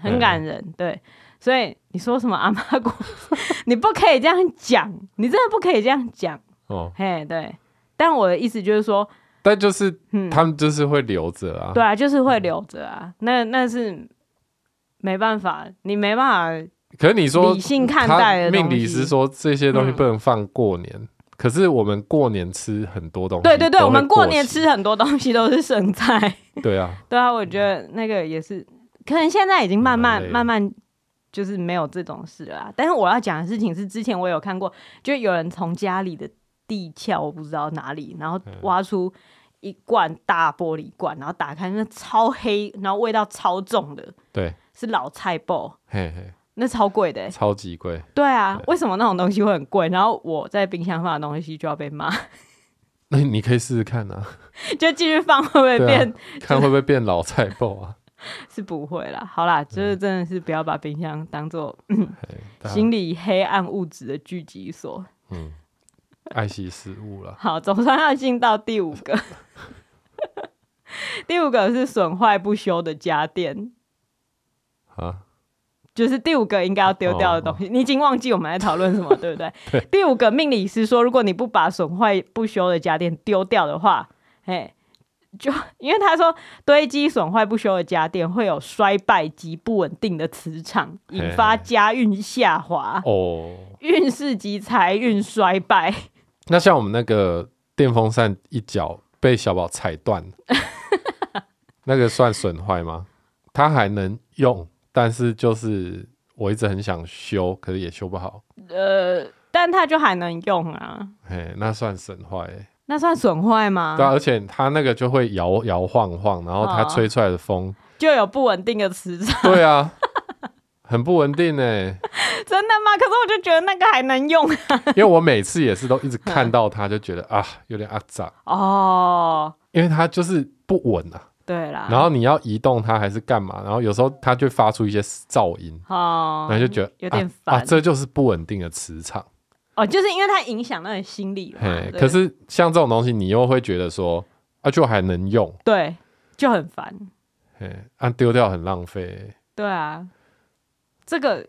[SPEAKER 1] 很感
[SPEAKER 2] 嗯
[SPEAKER 1] 人，对。所以你说什么阿妈故事， 你不可以这样讲，你真的不可以这样讲。
[SPEAKER 2] 哦，
[SPEAKER 1] 嘿，对。但我的意思就是说，
[SPEAKER 2] 但就是
[SPEAKER 1] 嗯，
[SPEAKER 2] 他们就是会留着啊，
[SPEAKER 1] 对啊，就是会留着啊，那那是没办法，你没办法
[SPEAKER 2] 可是你说
[SPEAKER 1] 理性看待
[SPEAKER 2] 他
[SPEAKER 1] 的东
[SPEAKER 2] 命理
[SPEAKER 1] 西
[SPEAKER 2] 师说这些东西
[SPEAKER 1] 嗯
[SPEAKER 2] 不能放过年，可是我们过年吃很多东西，
[SPEAKER 1] 对对对，我们
[SPEAKER 2] 过
[SPEAKER 1] 过年
[SPEAKER 2] 期，
[SPEAKER 1] 吃很多东西都是剩菜。
[SPEAKER 2] 对啊，
[SPEAKER 1] 对啊，我觉得那个也是，可能现在已经慢慢
[SPEAKER 2] 蛮累的
[SPEAKER 1] 慢慢就是没有这种事了啊。但是我要讲的事情是，之前我有看过，就有人从家里的地壳，我不知道哪里，然后
[SPEAKER 2] 嗯
[SPEAKER 1] 挖出一罐大玻璃罐，然后打开，那超黑，然后味道超重的，
[SPEAKER 2] 对，
[SPEAKER 1] 是老菜包，
[SPEAKER 2] 嘿嘿，
[SPEAKER 1] 那超贵的欸、
[SPEAKER 2] 超级贵，
[SPEAKER 1] 对啊， 为什么那种东西会很贵？然后我在冰箱放的东西就要被骂，
[SPEAKER 2] 那你可以试试看啊。
[SPEAKER 1] 就继续放 会不会
[SPEAKER 2] 对啊
[SPEAKER 1] 变？
[SPEAKER 2] 看会不会变老菜包 啊？
[SPEAKER 1] 是不会啦。好啦，就是
[SPEAKER 2] 嗯
[SPEAKER 1] 真的是不要把冰箱当做
[SPEAKER 2] 嘿大家
[SPEAKER 1] 心理黑暗物质的聚集所。
[SPEAKER 2] 嗯，爱惜食物啦。
[SPEAKER 1] 好，总算要进到第五个。 第五个是损坏不修的家电，
[SPEAKER 2] 啊，
[SPEAKER 1] 就是第五个应该要丢掉的东西。你已经忘记我们在讨论什么，对不对？第五个命理师说，如果你不把损坏不修的家电丢掉的话，哎，就 因为他说堆积损坏不修的家电会有衰败及不稳定的磁场，引发
[SPEAKER 2] 嘿
[SPEAKER 1] 家运下滑、
[SPEAKER 2] 哦，
[SPEAKER 1] 运势及财运衰败。
[SPEAKER 2] 那像我们那个电风扇一角被小宝踩 断，那个算损坏吗？它还能用，但是就是我一直很想修，可是也修不好。
[SPEAKER 1] 呃，但它就还能用啊，
[SPEAKER 2] 嘿，那算损坏、欸，
[SPEAKER 1] 那算损坏吗？
[SPEAKER 2] 对啊、而且它那个就会摇摇晃晃，然后它
[SPEAKER 1] 哦
[SPEAKER 2] 吹出来的风，
[SPEAKER 1] 就有不稳定的磁场，
[SPEAKER 2] 对啊， 很不稳定呢、
[SPEAKER 1] 真的吗？可是我就觉得那个还能用
[SPEAKER 2] 因为我每次也是都一直看到它，就觉得啊，有点阿杂，
[SPEAKER 1] 哦。
[SPEAKER 2] 因为它就是不稳啊。
[SPEAKER 1] 对啦，
[SPEAKER 2] 然后你要移动它还是干嘛？然后有时候它就发出一些噪音，
[SPEAKER 1] 哦
[SPEAKER 2] 然，后就觉得
[SPEAKER 1] 有点
[SPEAKER 2] 啊
[SPEAKER 1] 烦
[SPEAKER 2] 啊，这就是不稳定的磁场。
[SPEAKER 1] 哦，就是因为它影响到你心理嘛
[SPEAKER 2] 嘿，。
[SPEAKER 1] 对
[SPEAKER 2] 可是像这种东西，你又会觉得说啊，就还能用，
[SPEAKER 1] 对，就很烦。
[SPEAKER 2] 嘿，按、丢掉很浪费，
[SPEAKER 1] 对啊，这个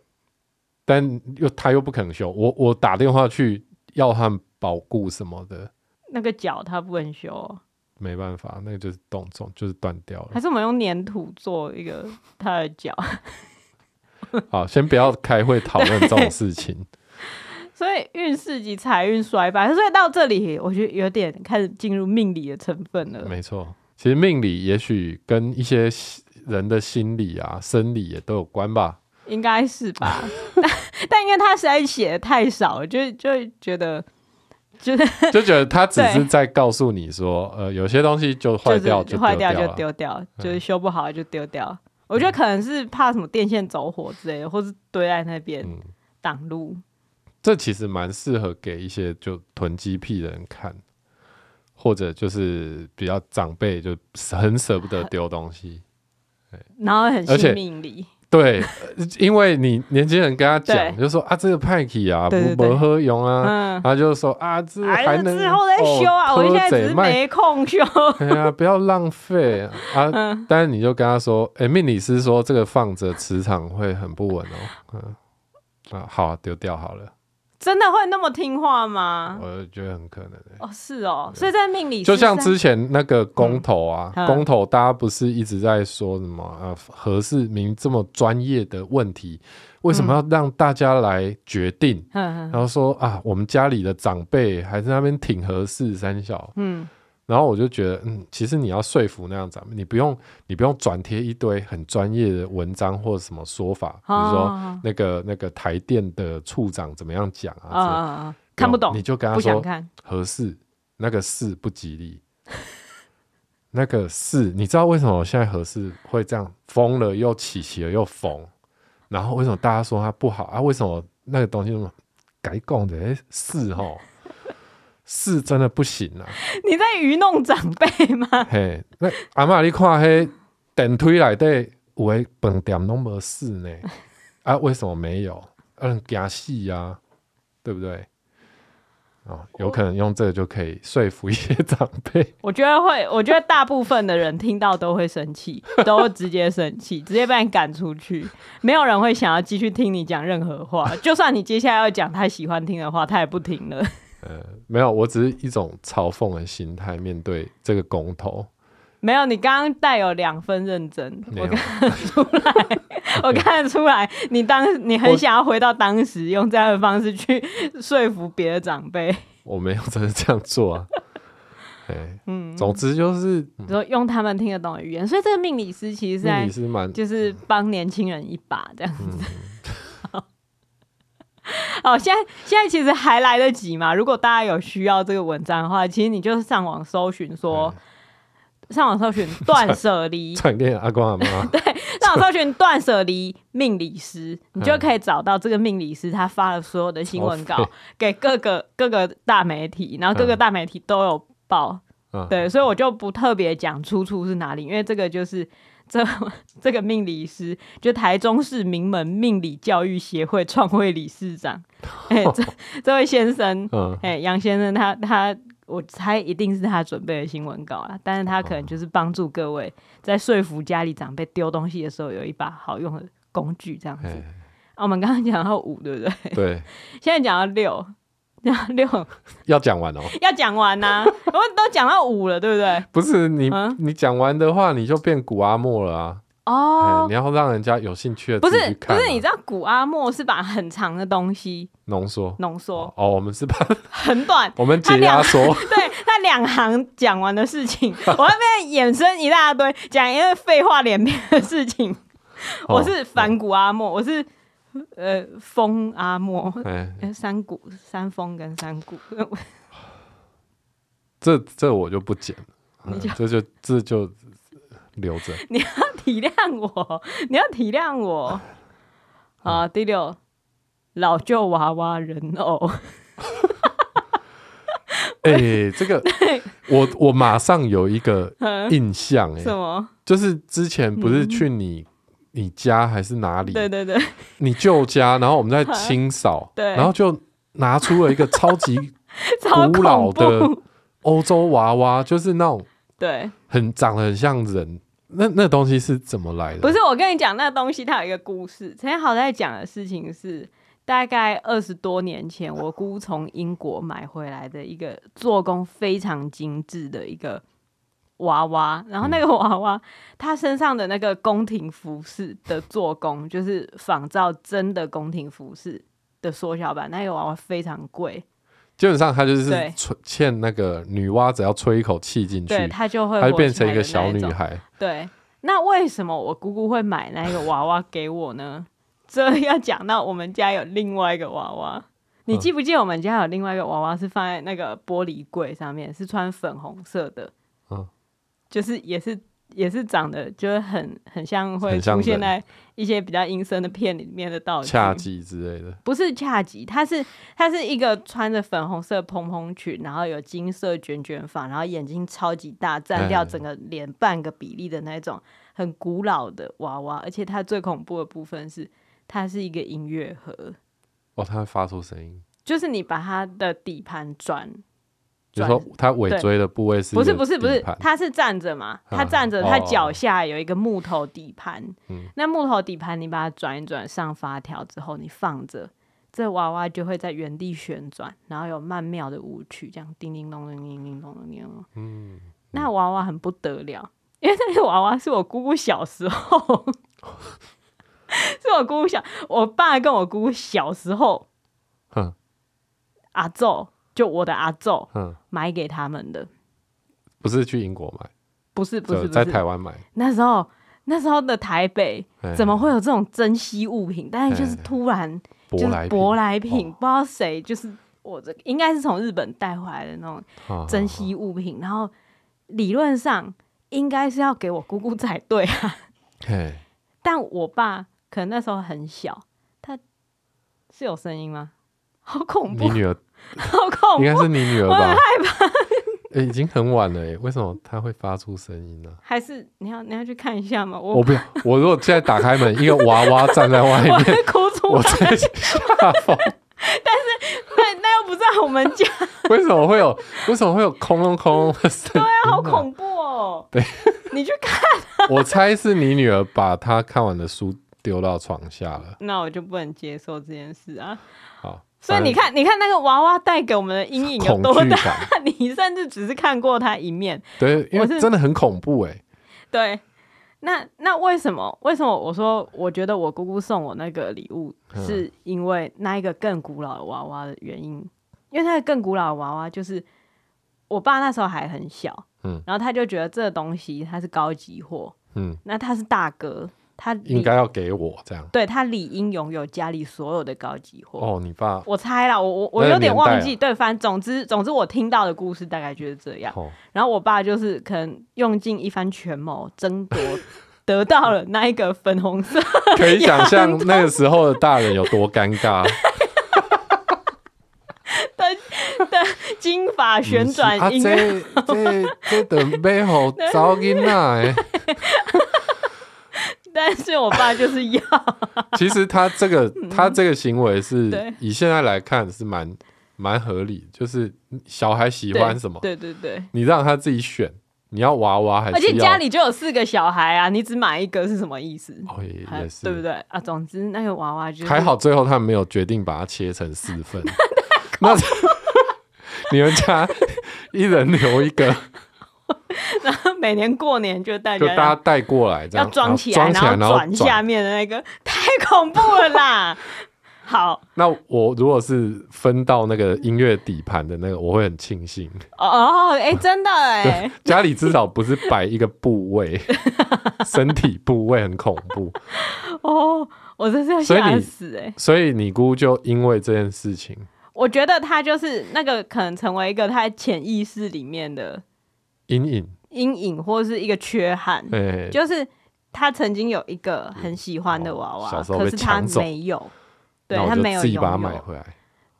[SPEAKER 2] 但又他又不肯修，我我打电话去要他们保固什么的，
[SPEAKER 1] 那个脚它不能修哦、
[SPEAKER 2] 没办法，那个就是动种就是断掉了
[SPEAKER 1] 还。是我们用粘土做一个它的脚？
[SPEAKER 2] 好，先不要开会讨论这种 事情。
[SPEAKER 1] 所以运势及财运衰败，所以到这里我觉得有点开始进入命理的成分了。
[SPEAKER 2] 没错，其实命理也许跟一些心人的心理啊、生理也都有关吧。
[SPEAKER 1] 应该是吧？ 但但因为他实在写的太少了，就就觉得觉得
[SPEAKER 2] 就觉得他只是
[SPEAKER 1] 对
[SPEAKER 2] 在告诉你说，呃，有些东西就坏
[SPEAKER 1] 就
[SPEAKER 2] 掉
[SPEAKER 1] 是
[SPEAKER 2] 就
[SPEAKER 1] 坏
[SPEAKER 2] 丢
[SPEAKER 1] 掉就
[SPEAKER 2] 了。嗯
[SPEAKER 1] 丢掉，就是修不好就丢掉。我觉得可能是怕什么电线走火之类的，或是堆在那边
[SPEAKER 2] 嗯
[SPEAKER 1] 挡路。
[SPEAKER 2] 这其实蛮适合给一些就囤积癖的人看，或者就是比较长辈就很舍不得丢东西。
[SPEAKER 1] 然后很
[SPEAKER 2] 而
[SPEAKER 1] 信
[SPEAKER 2] 且
[SPEAKER 1] 命理，
[SPEAKER 2] 对，呃因为你年轻人跟他讲，
[SPEAKER 1] 对
[SPEAKER 2] 就说啊，这个派系啊，不
[SPEAKER 1] 对对对
[SPEAKER 2] 不喝用啊，
[SPEAKER 1] 嗯，
[SPEAKER 2] 他就说啊，这
[SPEAKER 1] 哎
[SPEAKER 2] 还
[SPEAKER 1] 呀，
[SPEAKER 2] 能
[SPEAKER 1] 之后再修啊，
[SPEAKER 2] 哦
[SPEAKER 1] 我现在
[SPEAKER 2] 偷
[SPEAKER 1] 只
[SPEAKER 2] 贼
[SPEAKER 1] 是
[SPEAKER 2] 卖
[SPEAKER 1] 没空修。
[SPEAKER 2] 哎呀，不要浪费啊！啊
[SPEAKER 1] 嗯
[SPEAKER 2] 但是你就跟他说，哎、命理师说这个放着磁场会很不稳哦。嗯，啊，好啊丢掉好了，
[SPEAKER 1] 真的会那么听话吗？
[SPEAKER 2] 我觉得很可能、欸。
[SPEAKER 1] 哦，是哦，所以在命理
[SPEAKER 2] 就像
[SPEAKER 1] 是在
[SPEAKER 2] 之前那个公投啊，
[SPEAKER 1] 嗯嗯
[SPEAKER 2] 公投大家不是一直在说什么啊，何世明这么专业的问题，为什么要让大家来决定？
[SPEAKER 1] 嗯
[SPEAKER 2] 然后说啊，我们家里的长辈还在那边挺合适三小，
[SPEAKER 1] 嗯
[SPEAKER 2] 然后我就觉得，嗯，其实你要说服那样长辈，你不用你不用转贴一堆很专业的文章或者什么说法，比如说
[SPEAKER 1] 哦
[SPEAKER 2] 那个那个台电的处长怎么样讲
[SPEAKER 1] 啊啊
[SPEAKER 2] 啊之类的，
[SPEAKER 1] 啊啊看不懂
[SPEAKER 2] 你，就跟他
[SPEAKER 1] 不想
[SPEAKER 2] 说
[SPEAKER 1] 看，
[SPEAKER 2] 合适，那个是不吉利， 那个是，你知道为什么我现在合适会这样疯了又起起了又疯，然后为什么大家说它不好啊？为什么那个东西那么改供的诶是哦，是真的不行啊。
[SPEAKER 1] 你在愚弄长辈吗？
[SPEAKER 2] 嘿，那阿嬷你看迄电梯内底有诶饭店拢无事呢，啊，为什么没有？啊，人惊死啊，对不对？哦，有可能用这个就可以说服一些长辈。
[SPEAKER 1] 我觉得会，我觉得大部分的人听到都会生 气，都会直接生气，直接被你赶出去。没有人会想要继续听你讲任何 话，就算你接下来要讲他喜欢听的话，他也不听了。
[SPEAKER 2] 呃，没有，我只是一种嘲讽的心态面对这个公投。
[SPEAKER 1] 没有，你刚刚带有两分认真，
[SPEAKER 2] 没
[SPEAKER 1] 我
[SPEAKER 2] 有
[SPEAKER 1] 看得出来，我看得出来，你当你很想要回到当时，用这样的方式去说服别的长辈，
[SPEAKER 2] 我没有真的这样做啊。哎，嗯，总之就是，嗯
[SPEAKER 1] 说用他们听得懂的语言，所以这个命理师其实是
[SPEAKER 2] 命
[SPEAKER 1] 在
[SPEAKER 2] 理是蛮
[SPEAKER 1] 就是帮年轻人一把这样子。
[SPEAKER 2] 嗯
[SPEAKER 1] 好，现在现在其实还来得及嘛。如果大家有需要这个文章的话，其实你就上网搜寻说，
[SPEAKER 2] 哎
[SPEAKER 1] 上网搜寻断舍 离，
[SPEAKER 2] 传给阿公阿妈。
[SPEAKER 1] 上网搜寻断舍离命理师，
[SPEAKER 2] 哎
[SPEAKER 1] 你就可以找到这个命理师他发了所有的新闻
[SPEAKER 2] 超
[SPEAKER 1] 稿
[SPEAKER 2] 废
[SPEAKER 1] 给各个各个大媒体，然后各个
[SPEAKER 2] 嗯
[SPEAKER 1] 大媒体都有报。
[SPEAKER 2] 嗯
[SPEAKER 1] 对，所以我就不特别讲出处是哪里，因为这个就是 这这个命理师，就台中市名门命理教育协会创会理事长，哎、这这位先生，
[SPEAKER 2] 嗯，
[SPEAKER 1] 哎、杨先生他，他我猜一定是他准备的新闻稿啊，但是他可能就是帮助各位在说服家里长辈丢东西的时候，有一把好用的工具这样子。
[SPEAKER 2] 哎，
[SPEAKER 1] 啊、我们刚刚讲到五，对不 对？
[SPEAKER 2] 对，
[SPEAKER 1] 现在讲到六，讲到六
[SPEAKER 2] 要讲完哦。
[SPEAKER 1] 要讲完呐、我们都讲到五了，对不对？
[SPEAKER 2] 不是你，
[SPEAKER 1] 嗯
[SPEAKER 2] 你讲完的话，你就变古阿莫了啊！
[SPEAKER 1] 哦
[SPEAKER 2] 哎，你要让人家有兴趣的、
[SPEAKER 1] 不
[SPEAKER 2] 自己
[SPEAKER 1] 是
[SPEAKER 2] 去
[SPEAKER 1] 不
[SPEAKER 2] 看啊
[SPEAKER 1] 是，你知道古阿莫是把很长的东西
[SPEAKER 2] 浓缩
[SPEAKER 1] 浓缩
[SPEAKER 2] 哦，我们是把，
[SPEAKER 1] 很短
[SPEAKER 2] 我们解压缩，
[SPEAKER 1] 对他两行讲完的事 情，我那边衍生一大堆，讲一个废话连篇的事情。
[SPEAKER 2] 哦
[SPEAKER 1] 我是反古阿莫，我是呃风阿莫，
[SPEAKER 2] 哎，
[SPEAKER 1] 呃山谷山峰跟山 谷，
[SPEAKER 2] 这这我就不剪了，嗯
[SPEAKER 1] 你就
[SPEAKER 2] 这就这就留 着。
[SPEAKER 1] 体谅我，你要体谅
[SPEAKER 2] 哦
[SPEAKER 1] 我。啊，第六，老旧娃娃人偶，
[SPEAKER 2] 哎、这个我我马上有一个
[SPEAKER 1] 嗯
[SPEAKER 2] 印象、
[SPEAKER 1] 什
[SPEAKER 2] 哎，
[SPEAKER 1] 么？嗯
[SPEAKER 2] 就是之前不是去你、你家还是哪里，
[SPEAKER 1] 对对对，
[SPEAKER 2] 你舅家，然后我们在 清扫，
[SPEAKER 1] 对
[SPEAKER 2] 然后就拿出了一个超级
[SPEAKER 1] 超
[SPEAKER 2] 古老
[SPEAKER 1] 恐
[SPEAKER 2] 的
[SPEAKER 1] 怖。
[SPEAKER 2] 欧洲娃娃，就是那种。
[SPEAKER 1] 对，
[SPEAKER 2] 很长得很像人，那那东西是怎么来的？
[SPEAKER 1] 不是，我跟你讲，那东西它有一个故事。陈天豪在讲的事情是，大概二十多年前，我姑从英国买回来的一个做工非常精致的一个娃娃。然后那个
[SPEAKER 2] 嗯
[SPEAKER 1] 娃娃，它身上的那个宫廷服饰的做工，就是仿照真的宫廷服饰的缩小版。那个娃娃非常贵，
[SPEAKER 2] 基本上它就是
[SPEAKER 1] 对
[SPEAKER 2] 吹欠那个女娲，只要吹一口气进去，
[SPEAKER 1] 对，它就会
[SPEAKER 2] 它就
[SPEAKER 1] 活
[SPEAKER 2] 变
[SPEAKER 1] 起
[SPEAKER 2] 成
[SPEAKER 1] 来
[SPEAKER 2] 一个
[SPEAKER 1] 的那
[SPEAKER 2] 小女
[SPEAKER 1] 种
[SPEAKER 2] 孩。
[SPEAKER 1] 对，那为什么我姑姑会买那个娃娃给我呢？ 这要讲到我们家有另外一个娃娃，你
[SPEAKER 2] 嗯
[SPEAKER 1] 记不记得我们家有另外一个娃娃是放在那个玻璃柜上面，是穿粉红色的，
[SPEAKER 2] 嗯
[SPEAKER 1] 就是也是也是长得就是很很像会
[SPEAKER 2] 很像
[SPEAKER 1] 出现
[SPEAKER 2] 人
[SPEAKER 1] 在一些比较阴森的片里面的道具，
[SPEAKER 2] 恰吉之类的，
[SPEAKER 1] 不是恰吉，它是它是一个穿着粉红色蓬蓬裙，然后有金色卷卷发，然后眼睛超级大，占掉
[SPEAKER 2] 哎
[SPEAKER 1] 整个脸半个比例的那种很古老的娃娃。而且它最恐怖的部分是，它是一个音乐盒，
[SPEAKER 2] 哦，它会发出声音。
[SPEAKER 1] 就是你把它的底盘转，
[SPEAKER 2] 就
[SPEAKER 1] 转
[SPEAKER 2] 说它尾
[SPEAKER 1] 对
[SPEAKER 2] 椎的部位是
[SPEAKER 1] 不
[SPEAKER 2] 一
[SPEAKER 1] 是
[SPEAKER 2] 个
[SPEAKER 1] 不是不
[SPEAKER 2] 底
[SPEAKER 1] 是
[SPEAKER 2] 盘，
[SPEAKER 1] 它是站着嘛，它
[SPEAKER 2] 啊
[SPEAKER 1] 站着，它
[SPEAKER 2] 哦
[SPEAKER 1] 脚下有一个木头底盘，
[SPEAKER 2] 嗯
[SPEAKER 1] 那木头底盘你把它转一转上发条之后，你放着。这娃娃就会在原地旋转，然后有曼妙的舞曲，这样叮叮咚咚、叮叮咚咚、叮咚咚。
[SPEAKER 2] 嗯，
[SPEAKER 1] 那娃娃很不得了，因为那个娃娃是我姑姑小时候， 是我姑姑小，我爸跟我姑姑小时候，
[SPEAKER 2] 哼
[SPEAKER 1] 阿昼就我的阿昼
[SPEAKER 2] 哼，
[SPEAKER 1] 买给他们的，
[SPEAKER 2] 不是去英国买，
[SPEAKER 1] 不是不是
[SPEAKER 2] 就
[SPEAKER 1] 不
[SPEAKER 2] 在
[SPEAKER 1] 是，
[SPEAKER 2] 台湾买，
[SPEAKER 1] 那时候那时候的台北
[SPEAKER 2] 哎
[SPEAKER 1] 怎么会有这种珍稀物品？但是就是
[SPEAKER 2] 哎
[SPEAKER 1] 突然就
[SPEAKER 2] 舶
[SPEAKER 1] 是
[SPEAKER 2] 来
[SPEAKER 1] 舶
[SPEAKER 2] 来
[SPEAKER 1] 来品，
[SPEAKER 2] 哦
[SPEAKER 1] 不知道谁就是我这个应该是从日本带回来的那
[SPEAKER 2] 哦
[SPEAKER 1] 种
[SPEAKER 2] 啊
[SPEAKER 1] 珍稀物品，然后理论上应该是要给我姑姑才对啊，
[SPEAKER 2] 嘿，
[SPEAKER 1] 但我爸可能那时候很小，他是有声音吗？好恐怖
[SPEAKER 2] 你，女儿
[SPEAKER 1] 好恐
[SPEAKER 2] 应该
[SPEAKER 1] 怖！
[SPEAKER 2] 是你女儿
[SPEAKER 1] 我很
[SPEAKER 2] 吧？ 哎，已经很晚了，哎，为什么她会发出声音呢？
[SPEAKER 1] 还是你要你要去看一下吗？我
[SPEAKER 2] 我不要，我如果现在打开门，一个娃娃站在外
[SPEAKER 1] 我
[SPEAKER 2] 面，
[SPEAKER 1] 会哭出
[SPEAKER 2] 我
[SPEAKER 1] 来，
[SPEAKER 2] 在吓疯。
[SPEAKER 1] 那那又不在我们家，
[SPEAKER 2] 为什么会有 为什么会有空隆空隆 的声音？
[SPEAKER 1] 啊好恐怖哦！
[SPEAKER 2] 对，
[SPEAKER 1] 你去看。
[SPEAKER 2] 我猜是你女儿把她看完的书丢到床下了。
[SPEAKER 1] 那我就不能接受这件事啊！
[SPEAKER 2] 好，
[SPEAKER 1] 所以你看，你看那个娃娃带给我们的阴影 有
[SPEAKER 2] 恐
[SPEAKER 1] 多
[SPEAKER 2] 惧
[SPEAKER 1] 大？
[SPEAKER 2] 感，
[SPEAKER 1] 你甚至只是看过他一面，
[SPEAKER 2] 对，
[SPEAKER 1] 我
[SPEAKER 2] 因为
[SPEAKER 1] 是
[SPEAKER 2] 真的很恐怖哎、
[SPEAKER 1] 对。那那为什么？为什么我说我觉得我姑姑送我那个礼物，
[SPEAKER 2] 嗯
[SPEAKER 1] 是因为那一个更古老的娃娃的原因？因为那个更古老的娃娃就是我爸那时候还很小，
[SPEAKER 2] 嗯
[SPEAKER 1] 然后他就觉得这个东西它是高级货，
[SPEAKER 2] 嗯，
[SPEAKER 1] 那他是大哥，他理
[SPEAKER 2] 应该要给我这样。
[SPEAKER 1] 对他理应拥有家里所有的高级货。
[SPEAKER 2] 哦，你爸
[SPEAKER 1] 我猜啦，我我我
[SPEAKER 2] 那个
[SPEAKER 1] 有点
[SPEAKER 2] 年代啊
[SPEAKER 1] 忘记，对，反正总之总之我听到的故事大概就是这样。
[SPEAKER 2] 哦，
[SPEAKER 1] 然后我爸就是可能用尽一番权谋争夺，得到了那一个粉红 色，
[SPEAKER 2] 可以想象那个时候的大人有多尴尬，
[SPEAKER 1] 金发 旋转音
[SPEAKER 2] 乐。
[SPEAKER 1] 乐，
[SPEAKER 2] 啊、这这这的 背后糟囡仔欸。
[SPEAKER 1] 但是我爸就是要，
[SPEAKER 2] 其实他这个他这个行为
[SPEAKER 1] 嗯对
[SPEAKER 2] 是以现在来看是蛮蛮合理，就是小孩 喜
[SPEAKER 1] 对
[SPEAKER 2] 欢什么，
[SPEAKER 1] 对对对。
[SPEAKER 2] 你让他自己选，你要娃娃还是
[SPEAKER 1] 而且
[SPEAKER 2] 要
[SPEAKER 1] 家里就有四个小孩啊，你只买一个是什么意思？
[SPEAKER 2] 哦也
[SPEAKER 1] 还
[SPEAKER 2] 也是
[SPEAKER 1] 对不对啊？总之那个娃娃就是
[SPEAKER 2] 还好最后他们没有决定把它切成四份， 那你们家一人留一 个，
[SPEAKER 1] 每年过年就大
[SPEAKER 2] 就
[SPEAKER 1] 家
[SPEAKER 2] 大家带过来，这
[SPEAKER 1] 要
[SPEAKER 2] 样
[SPEAKER 1] 装起来，
[SPEAKER 2] 然后装
[SPEAKER 1] 然
[SPEAKER 2] 起来，
[SPEAKER 1] 后转下。面的那个， 太恐怖了啦！ 好，
[SPEAKER 2] 那我如果是分到那个音乐底盘的那个，我会很庆幸，
[SPEAKER 1] 哦， 哎、真的哎，
[SPEAKER 2] 家里至少不是摆一个 部位，身体部位很恐怖。
[SPEAKER 1] 哦，我真是要
[SPEAKER 2] 所以
[SPEAKER 1] 吓
[SPEAKER 2] 你
[SPEAKER 1] 死哎！
[SPEAKER 2] 所以你姑就因为这件事情，
[SPEAKER 1] 我觉得他就是那个可能成为一个他潜意识里面的
[SPEAKER 2] 阴影，
[SPEAKER 1] 阴影，或是一个缺憾，
[SPEAKER 2] 哎、
[SPEAKER 1] 嗯就是他曾经有一个很喜欢的娃娃，
[SPEAKER 2] 哦小时候
[SPEAKER 1] 可
[SPEAKER 2] 被
[SPEAKER 1] 是他
[SPEAKER 2] 抢走
[SPEAKER 1] 没有，对
[SPEAKER 2] 那我
[SPEAKER 1] 他
[SPEAKER 2] 就
[SPEAKER 1] 没有
[SPEAKER 2] 自己把它
[SPEAKER 1] 拥
[SPEAKER 2] 买
[SPEAKER 1] 有，
[SPEAKER 2] 回来，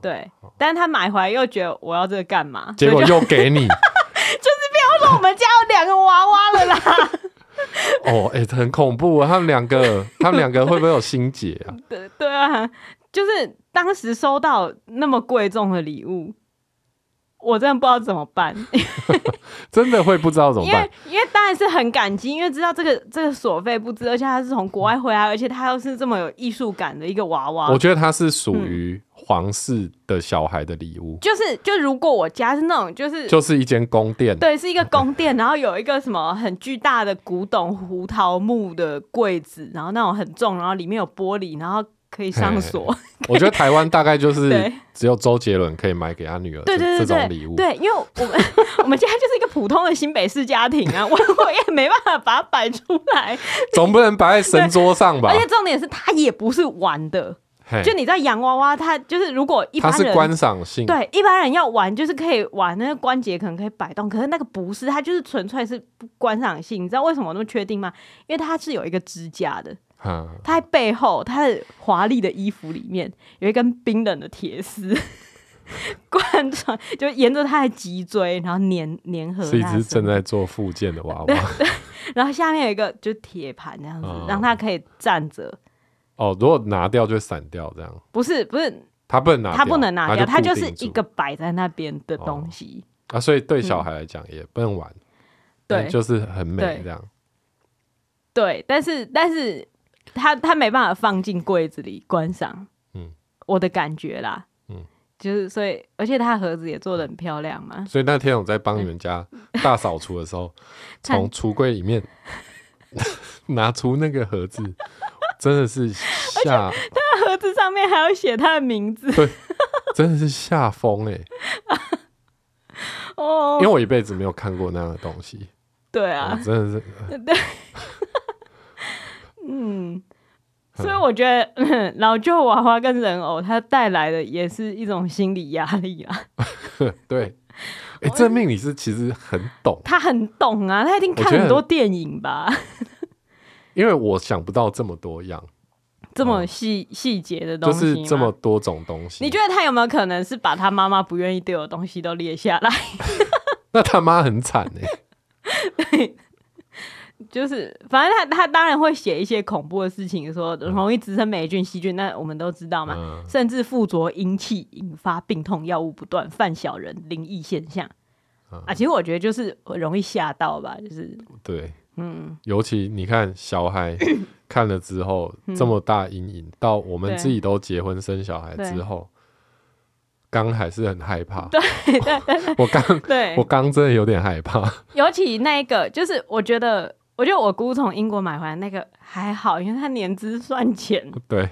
[SPEAKER 1] 对，但是他买回来又觉得我要这个干嘛？
[SPEAKER 2] 结果
[SPEAKER 1] 所以
[SPEAKER 2] 又给你，
[SPEAKER 1] 就我们家有两个娃娃了啦，
[SPEAKER 2] 哦，哎、很恐怖啊！他们 两个，他们两个会不会有心结啊？
[SPEAKER 1] 对对啊，就是当时收到那么贵重的礼物，我真的不知道怎么办，
[SPEAKER 2] 真的会不知道怎么
[SPEAKER 1] 因
[SPEAKER 2] 办
[SPEAKER 1] 为。因为当然是很感激，因为知道这个这个所费不知，而且他是从国外回来，而且他又是这么有艺术感的一个娃娃
[SPEAKER 2] 我。觉得它是属于皇室的小孩的礼物，
[SPEAKER 1] 嗯就是就如果我家是那种就是
[SPEAKER 2] 就是一间宫殿，
[SPEAKER 1] 对，是一个宫殿，然后有一个什么很巨大的古董胡桃木的柜子，然后那种很重，然后里面有玻璃，然后可以上锁。
[SPEAKER 2] 我觉得台湾大概就是
[SPEAKER 1] 对
[SPEAKER 2] 只有周杰伦可以买给他女儿
[SPEAKER 1] 对
[SPEAKER 2] 这
[SPEAKER 1] 对对
[SPEAKER 2] 这种
[SPEAKER 1] 对
[SPEAKER 2] 礼物。
[SPEAKER 1] 对，因为我们我们家就是一个普通的新北市家庭啊，我我也没办法把它摆出来，
[SPEAKER 2] 总不能摆在神桌上吧
[SPEAKER 1] 而？且重点是它也不是玩的，
[SPEAKER 2] 嘿
[SPEAKER 1] 就你知道洋娃娃它就是如果一
[SPEAKER 2] 它
[SPEAKER 1] 般
[SPEAKER 2] 是
[SPEAKER 1] 人
[SPEAKER 2] 观赏性，
[SPEAKER 1] 对，一般人要玩就是可以玩，那个关节可能可以摆动，可是那个不是，它就是纯粹是观赏性。你知道为什么我那么确定吗？因为它是有一个支架的，
[SPEAKER 2] 哈，
[SPEAKER 1] 它在背后它的华丽的衣服里面有一根冰冷的铁丝 贯穿，就沿着它的脊椎，然后粘粘合
[SPEAKER 2] 是一
[SPEAKER 1] 它的
[SPEAKER 2] 只
[SPEAKER 1] 身
[SPEAKER 2] 正
[SPEAKER 1] 体，
[SPEAKER 2] 在做复健的娃娃。
[SPEAKER 1] 然后下面有一个就是铁盘这样子，
[SPEAKER 2] 哦
[SPEAKER 1] 让它可以站着。
[SPEAKER 2] 哦，如果拿掉就会散掉，这样
[SPEAKER 1] 不是不是，
[SPEAKER 2] 它不能拿掉，
[SPEAKER 1] 它不能拿掉，它
[SPEAKER 2] 它
[SPEAKER 1] 就
[SPEAKER 2] 就是固定住
[SPEAKER 1] 一个摆在那边的
[SPEAKER 2] 哦
[SPEAKER 1] 东西。
[SPEAKER 2] 啊，所以对小孩来讲也不能玩，
[SPEAKER 1] 对
[SPEAKER 2] 但就是很美
[SPEAKER 1] 对
[SPEAKER 2] 这样。
[SPEAKER 1] 对，但是但是他他没办法放进柜子里观赏，
[SPEAKER 2] 嗯
[SPEAKER 1] 我的感觉啦，
[SPEAKER 2] 嗯
[SPEAKER 1] 就是所以，而且它盒子也做的很漂亮嘛，
[SPEAKER 2] 所以那天我在帮你们家大扫除的时候，
[SPEAKER 1] 嗯 看
[SPEAKER 2] 从橱柜里面 拿出那个盒 子，真的是吓，
[SPEAKER 1] 那盒子上面还有写他的名字
[SPEAKER 2] 真的是吓疯哎！因
[SPEAKER 1] 哦
[SPEAKER 2] 为，我一辈子没有看过那样的东西，
[SPEAKER 1] 对
[SPEAKER 2] 我
[SPEAKER 1] 哦啊，
[SPEAKER 2] 真的是
[SPEAKER 1] 嗯。所以我觉得、 嗯老旧娃娃跟人偶，它带来的也是一种心理压力啊啦。
[SPEAKER 2] 对。
[SPEAKER 1] 哦
[SPEAKER 2] 哎，证明你是其实很懂，
[SPEAKER 1] 他很懂啊，他一定
[SPEAKER 2] 我觉
[SPEAKER 1] 看
[SPEAKER 2] 得哦
[SPEAKER 1] 很多电影吧，
[SPEAKER 2] 因为我想不到这么多样，
[SPEAKER 1] 这么细细节的东
[SPEAKER 2] 就
[SPEAKER 1] 西吗，
[SPEAKER 2] 是这么多种东西。
[SPEAKER 1] 你觉得他有没有可能是把他妈妈不愿意丢的东西都列下来？
[SPEAKER 2] 那他妈很惨哎、
[SPEAKER 1] 就是，反正他他当然会写一些恐怖的事情，说容易滋生霉菌、细菌，那我们都知道嘛。
[SPEAKER 2] 嗯
[SPEAKER 1] 甚至附着阴气，引发病痛，药物不断，犯小人，灵异现象。
[SPEAKER 2] 嗯
[SPEAKER 1] 啊，其实我觉得就是容易吓到吧，就是
[SPEAKER 2] 对，
[SPEAKER 1] 嗯，
[SPEAKER 2] 尤其你看 小孩看了之后、
[SPEAKER 1] 嗯
[SPEAKER 2] 这么大阴影，到我们
[SPEAKER 1] 对
[SPEAKER 2] 自己都结婚生小孩之后，刚还是很害怕。对 我刚
[SPEAKER 1] 对
[SPEAKER 2] 我，刚真的有点害怕。
[SPEAKER 1] 尤其那一个，就是我觉得，我觉得我姑从英国买回来那个还好，因为它年资算浅，
[SPEAKER 2] 对，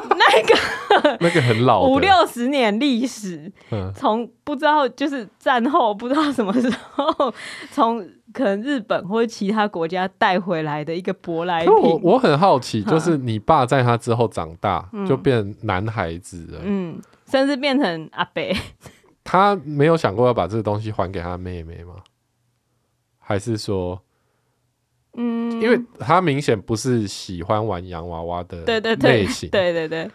[SPEAKER 2] 那个那个很老的，
[SPEAKER 1] 五六十年历史，
[SPEAKER 2] 哦嗯
[SPEAKER 1] 从不知道就是战后不知道什么时候从可能日本或者其他国家带回来的一个舶来嗯
[SPEAKER 2] 可
[SPEAKER 1] 品
[SPEAKER 2] 是，我我很好奇，就是你爸在他之后长大、就变男孩子了，
[SPEAKER 1] 嗯，甚至变成阿北，
[SPEAKER 2] 他没有想过要把这个东西还给他妹妹吗？还是说，
[SPEAKER 1] 嗯，
[SPEAKER 2] 因为他明显不是喜欢玩洋娃娃的
[SPEAKER 1] 嗯对对对
[SPEAKER 2] 类型。
[SPEAKER 1] 对呃对对，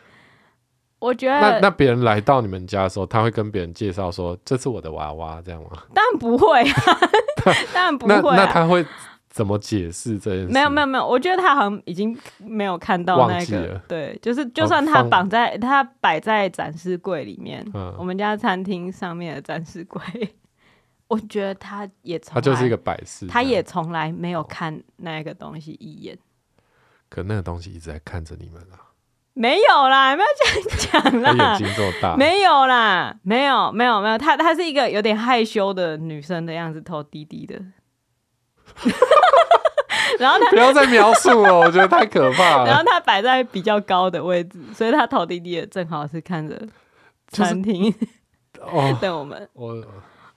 [SPEAKER 1] 我觉
[SPEAKER 2] 那
[SPEAKER 1] 得
[SPEAKER 2] 那别人来到你们家的时候，他会跟别人介绍说这是我的娃娃这样吗？
[SPEAKER 1] 当然不会啊， 当然不
[SPEAKER 2] 那
[SPEAKER 1] 会
[SPEAKER 2] 那
[SPEAKER 1] 啊。
[SPEAKER 2] 他会怎么解释这件事？
[SPEAKER 1] 没有没
[SPEAKER 2] 有，
[SPEAKER 1] 有没有，我觉得他好像已经没有看到
[SPEAKER 2] 忘
[SPEAKER 1] 那
[SPEAKER 2] 记
[SPEAKER 1] 个
[SPEAKER 2] 了，
[SPEAKER 1] 对，就是就
[SPEAKER 2] 哦
[SPEAKER 1] 算他
[SPEAKER 2] 放
[SPEAKER 1] 绑在他摆在展示柜里面，我
[SPEAKER 2] 嗯，
[SPEAKER 1] 们家餐厅上面的展示柜，我觉得他也从
[SPEAKER 2] 他就是
[SPEAKER 1] 来
[SPEAKER 2] 一个摆饰这样。
[SPEAKER 1] 他也从来没有看那个东西一眼，
[SPEAKER 2] 可那个东西一直在看着你们 啊，
[SPEAKER 1] 没有啦，不要这样讲
[SPEAKER 2] 他眼
[SPEAKER 1] 啦，
[SPEAKER 2] 睛这么大，
[SPEAKER 1] 没有啦，没有没有没有，她她是一个有点害羞的女生的样子，头低低的， 然后她
[SPEAKER 2] 不要再描 述了，我觉得太可怕
[SPEAKER 1] 然后
[SPEAKER 2] 了。
[SPEAKER 1] 她摆在比较高的位置，所以她头低低的，正好是看着
[SPEAKER 2] 就是
[SPEAKER 1] 餐厅
[SPEAKER 2] 哦，
[SPEAKER 1] 对我们，
[SPEAKER 2] 我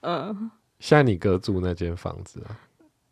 [SPEAKER 1] 嗯
[SPEAKER 2] 现在你哥住那间房子啊，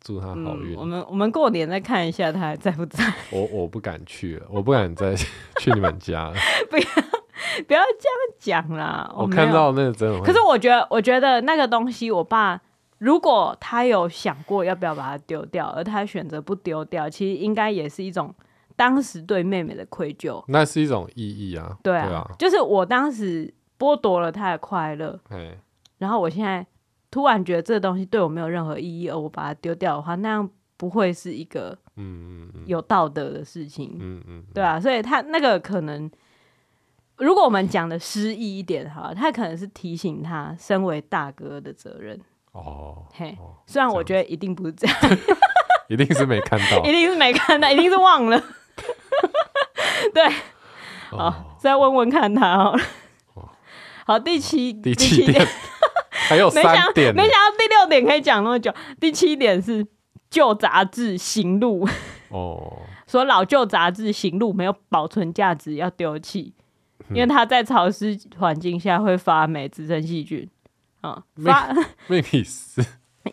[SPEAKER 2] 祝他好
[SPEAKER 1] 嗯，
[SPEAKER 2] 运。
[SPEAKER 1] 我们我们过年再看一下她还在不在，
[SPEAKER 2] 我我不敢去了，我不敢再 去你们家了。
[SPEAKER 1] 不要这样讲啦，
[SPEAKER 2] 我
[SPEAKER 1] 哦没
[SPEAKER 2] 看
[SPEAKER 1] 有
[SPEAKER 2] 到那个真的会，
[SPEAKER 1] 可是我觉得，我觉得那个东西，我爸如果他有想过要不要把它丢掉，而他选择不丢掉，其实应该也是一种当时对妹妹的愧疚。
[SPEAKER 2] 那是一种意义啊。
[SPEAKER 1] 对啊，
[SPEAKER 2] 啊，
[SPEAKER 1] 就是我当时剥夺了他的快乐，
[SPEAKER 2] 哎，
[SPEAKER 1] 然后我现在突然觉得这个东西对我没有任何意义，而我把它丢掉的话，那样不会是一个
[SPEAKER 2] 嗯嗯嗯
[SPEAKER 1] 有道德的事情。
[SPEAKER 2] 嗯嗯，
[SPEAKER 1] 对啊，所以他那个可能，如果我们讲的诗意一点好了，他可能是提醒他身为大哥的责任。
[SPEAKER 2] 哦，
[SPEAKER 1] 嘿
[SPEAKER 2] 哦
[SPEAKER 1] 虽然
[SPEAKER 2] 这
[SPEAKER 1] 我
[SPEAKER 2] 样哦
[SPEAKER 1] 觉得一定不是这样，
[SPEAKER 2] 一定是没看到
[SPEAKER 1] 一定是没看到，一定是忘 了。对，
[SPEAKER 2] 哦。
[SPEAKER 1] 好，再问问看他好了
[SPEAKER 2] 哦。
[SPEAKER 1] 好，第七
[SPEAKER 2] 第七点，还有
[SPEAKER 1] 没想
[SPEAKER 2] 三点呢
[SPEAKER 1] 没想到第六点可以讲那么久。第七点是旧杂志《行路》
[SPEAKER 2] 哦，
[SPEAKER 1] 说老旧杂志《行路》没有保存价值，要丢弃，
[SPEAKER 2] 嗯
[SPEAKER 1] 因为它在潮湿环境下会发霉，滋生细菌。啊、
[SPEAKER 2] 没
[SPEAKER 1] 发
[SPEAKER 2] 没意思，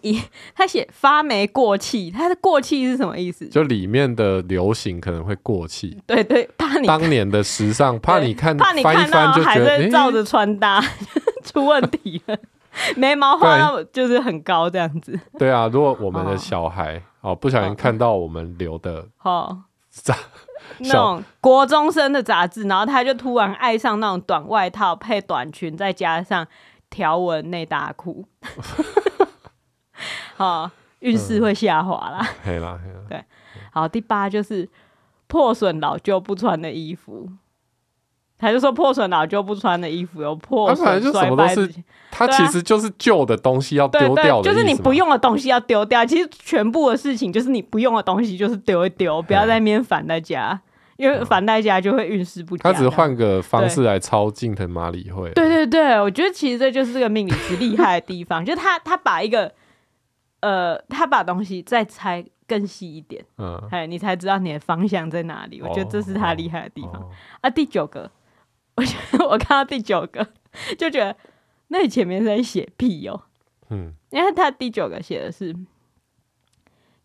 [SPEAKER 1] 一他写发霉过气，它的过气是什么意思？
[SPEAKER 2] 就里面的流行可能会过气。
[SPEAKER 1] 对对，怕你
[SPEAKER 2] 当年的时尚，怕
[SPEAKER 1] 对
[SPEAKER 2] 你看
[SPEAKER 1] 怕你
[SPEAKER 2] 翻
[SPEAKER 1] 看
[SPEAKER 2] 一翻
[SPEAKER 1] 到
[SPEAKER 2] 就
[SPEAKER 1] 还
[SPEAKER 2] 觉得，
[SPEAKER 1] 在
[SPEAKER 2] 诶
[SPEAKER 1] 照着穿搭、 出问题了，眉毛画
[SPEAKER 2] 对
[SPEAKER 1] 到就是很高这样子。
[SPEAKER 2] 对啊，如果我们的
[SPEAKER 1] 哦
[SPEAKER 2] 小孩哦不小心看到我们留的
[SPEAKER 1] 哦，
[SPEAKER 2] 杂
[SPEAKER 1] 那种国中生的杂志，然后他就突然爱上那种短外套配短裙，再加上条纹内搭 裤，好，运
[SPEAKER 2] 嗯
[SPEAKER 1] 势会下滑啦。
[SPEAKER 2] 黑啦黑啦，
[SPEAKER 1] 好，第八就是破损老旧不穿的衣服。他就说破损老旧不穿的衣服有破
[SPEAKER 2] 啊本来
[SPEAKER 1] 损
[SPEAKER 2] 就
[SPEAKER 1] 衰
[SPEAKER 2] 什么
[SPEAKER 1] 败
[SPEAKER 2] 都
[SPEAKER 1] 之
[SPEAKER 2] 是
[SPEAKER 1] 情，
[SPEAKER 2] 它
[SPEAKER 1] 对
[SPEAKER 2] 其
[SPEAKER 1] 啊
[SPEAKER 2] 实就是旧的东西要
[SPEAKER 1] 对
[SPEAKER 2] 丢
[SPEAKER 1] 对，
[SPEAKER 2] 掉的
[SPEAKER 1] 就
[SPEAKER 2] 意思嘛，
[SPEAKER 1] 是你不用的东西要丢掉。其实全部的事情就是你不用的东西就是丢一丢，不
[SPEAKER 2] 嗯
[SPEAKER 1] 要在那边反代家，因为反代家就会运势不佳。
[SPEAKER 2] 他只是换个方式来抄近藤麻里惠。
[SPEAKER 1] 对对对，我觉得其实这就是这个命理师厉害的地方， 就是他他把一个呃，他把东西再拆更细一点，
[SPEAKER 2] 嗯，
[SPEAKER 1] 哎，你才知道你的方向在哪里。我觉得这是他厉害的地方、
[SPEAKER 2] 哦
[SPEAKER 1] 啊。第九个， 我觉得我看到第九个就觉得，那你前面是在写屁哦，
[SPEAKER 2] 嗯，
[SPEAKER 1] 因为他第九个写的是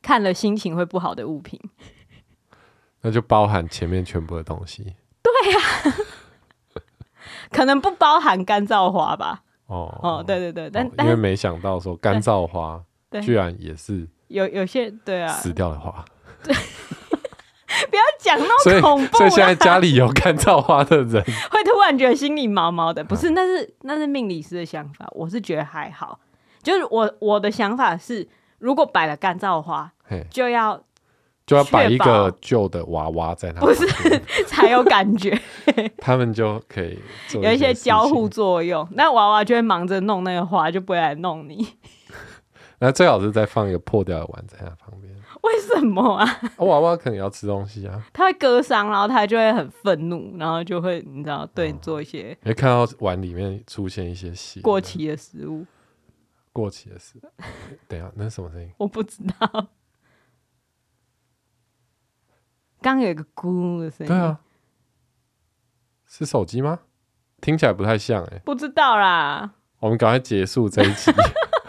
[SPEAKER 1] 看了心情会不好的物品，
[SPEAKER 2] 那就包含前面全部的东西
[SPEAKER 1] 可能不包含干燥花吧。
[SPEAKER 2] 哦。
[SPEAKER 1] 哦，对对对，但、
[SPEAKER 2] 哦因为
[SPEAKER 1] 但
[SPEAKER 2] 没想到说干燥花
[SPEAKER 1] 对
[SPEAKER 2] 居然也是
[SPEAKER 1] 有有些对啊，
[SPEAKER 2] 死掉的花，
[SPEAKER 1] 不要讲
[SPEAKER 2] 所
[SPEAKER 1] 那么
[SPEAKER 2] 以
[SPEAKER 1] 恐怖啊
[SPEAKER 2] 所以现在
[SPEAKER 1] 啦
[SPEAKER 2] 家里有干燥花的 人，
[SPEAKER 1] 会突然觉得心里毛毛的，不
[SPEAKER 2] 嗯
[SPEAKER 1] 是，那是那是命理师的想法，我是觉得还好。就是我我的想法是，如果摆了干燥花，
[SPEAKER 2] 嘿，
[SPEAKER 1] 就
[SPEAKER 2] 啊
[SPEAKER 1] 要
[SPEAKER 2] 就要摆
[SPEAKER 1] 确
[SPEAKER 2] 一
[SPEAKER 1] 保
[SPEAKER 2] 个旧的娃娃在那，
[SPEAKER 1] 不是 才有感觉，
[SPEAKER 2] 他们就可以 做
[SPEAKER 1] 有一些
[SPEAKER 2] 些
[SPEAKER 1] 交
[SPEAKER 2] 事情
[SPEAKER 1] 互。作用。那娃娃就会忙着弄那个花，就不会来弄你。
[SPEAKER 2] 那最好是再放一个破掉的碗在它旁边，
[SPEAKER 1] 为什么啊？
[SPEAKER 2] 啊娃娃可能要吃东西啊，
[SPEAKER 1] 他会割伤，然后他就会很愤怒，然后就会你知道
[SPEAKER 2] 哦
[SPEAKER 1] 对你做一些
[SPEAKER 2] 你会看到碗里面出现一些血，
[SPEAKER 1] 过期的食物。
[SPEAKER 2] 过期的事。等一下，那是什么声音？
[SPEAKER 1] 我不知道。刚有一个咕的声音，
[SPEAKER 2] 对啊，是手机吗？听起来不太像哎、
[SPEAKER 1] 不知道 啦。
[SPEAKER 2] 我们赶快结束这一 集，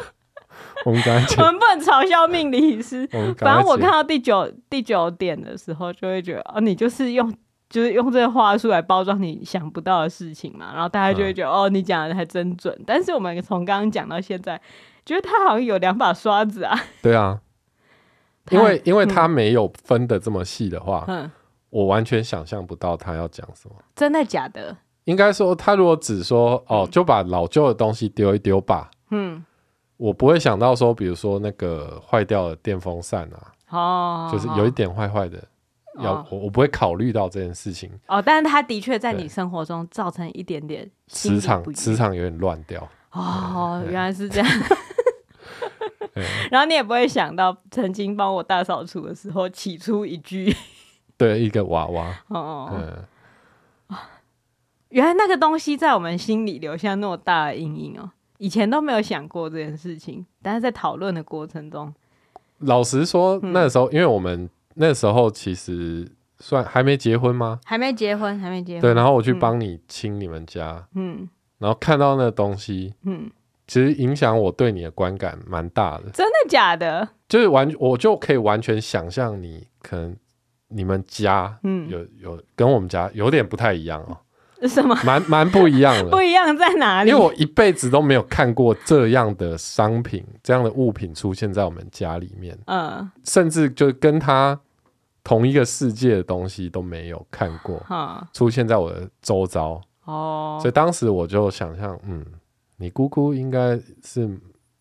[SPEAKER 2] 我们赶快
[SPEAKER 1] 我
[SPEAKER 2] 结，
[SPEAKER 1] 们不能嘲笑命理师。
[SPEAKER 2] 我们
[SPEAKER 1] 反
[SPEAKER 2] 赶
[SPEAKER 1] 正我
[SPEAKER 2] 快结
[SPEAKER 1] 看。到第九第九点的时候，就会觉得哦，你就是用就是用这个话术来包装你想不到的事情嘛，然后大家就会觉得、
[SPEAKER 2] 嗯
[SPEAKER 1] 哦，你讲的还真准。但是我们从刚刚讲到现在，觉得他好像有两把刷子啊。
[SPEAKER 2] 对啊，
[SPEAKER 1] 他
[SPEAKER 2] 因为因为他没有分的这么细的话，
[SPEAKER 1] 嗯，
[SPEAKER 2] 我完全想象不到他要讲什么。
[SPEAKER 1] 真的假的？
[SPEAKER 2] 应该说，他如果只说哦，就把老旧的东西丢一丢吧，
[SPEAKER 1] 嗯，
[SPEAKER 2] 我不会想到说，比如说那个坏掉的电风扇啊，
[SPEAKER 1] 哦，
[SPEAKER 2] 就是有一点坏坏的，要
[SPEAKER 1] 哦
[SPEAKER 2] 我我不会考虑到这件事情，
[SPEAKER 1] 哦，但是他的确在
[SPEAKER 2] 对
[SPEAKER 1] 你生活中造成一点点心
[SPEAKER 2] 磁
[SPEAKER 1] 理
[SPEAKER 2] 场
[SPEAKER 1] 不愉
[SPEAKER 2] 磁场有点乱掉。
[SPEAKER 1] 哦，
[SPEAKER 2] 对
[SPEAKER 1] 原来是这样。
[SPEAKER 2] 对
[SPEAKER 1] 然后你也不会想到，曾经帮我大扫除的时候，起出一句
[SPEAKER 2] 对，一个娃娃，
[SPEAKER 1] 哦，
[SPEAKER 2] 嗯，
[SPEAKER 1] 原来那个东西在我们心里留下那么大的阴影哦。以前都没有想过这件事情，但是在讨论的过程中，
[SPEAKER 2] 老实说，
[SPEAKER 1] 嗯
[SPEAKER 2] 那时候因为我们那时候其实算还没结婚吗？
[SPEAKER 1] 还没结婚，还没结婚，
[SPEAKER 2] 对，然后我去帮你清你们家，
[SPEAKER 1] 嗯
[SPEAKER 2] 然后看到那东西，
[SPEAKER 1] 嗯，
[SPEAKER 2] 其实影响我对你的观感蛮大的，
[SPEAKER 1] 真的假的？
[SPEAKER 2] 就是完我就可以完全想象你可能你们家
[SPEAKER 1] 嗯
[SPEAKER 2] 有有跟我们家有点不太一样哦，
[SPEAKER 1] 什么
[SPEAKER 2] 蛮蛮不一样
[SPEAKER 1] 不
[SPEAKER 2] 的。
[SPEAKER 1] 一样在哪
[SPEAKER 2] 因
[SPEAKER 1] 里
[SPEAKER 2] 为？我一辈子都没有看过这样的商品、这样的物品出现在我们家里面，
[SPEAKER 1] 嗯，
[SPEAKER 2] 甚至就跟他同一个世界的东西都没有看过
[SPEAKER 1] 哈
[SPEAKER 2] 出现在我的周遭，
[SPEAKER 1] 嗯哦
[SPEAKER 2] 所以，当时我就想象，嗯，你姑姑应该是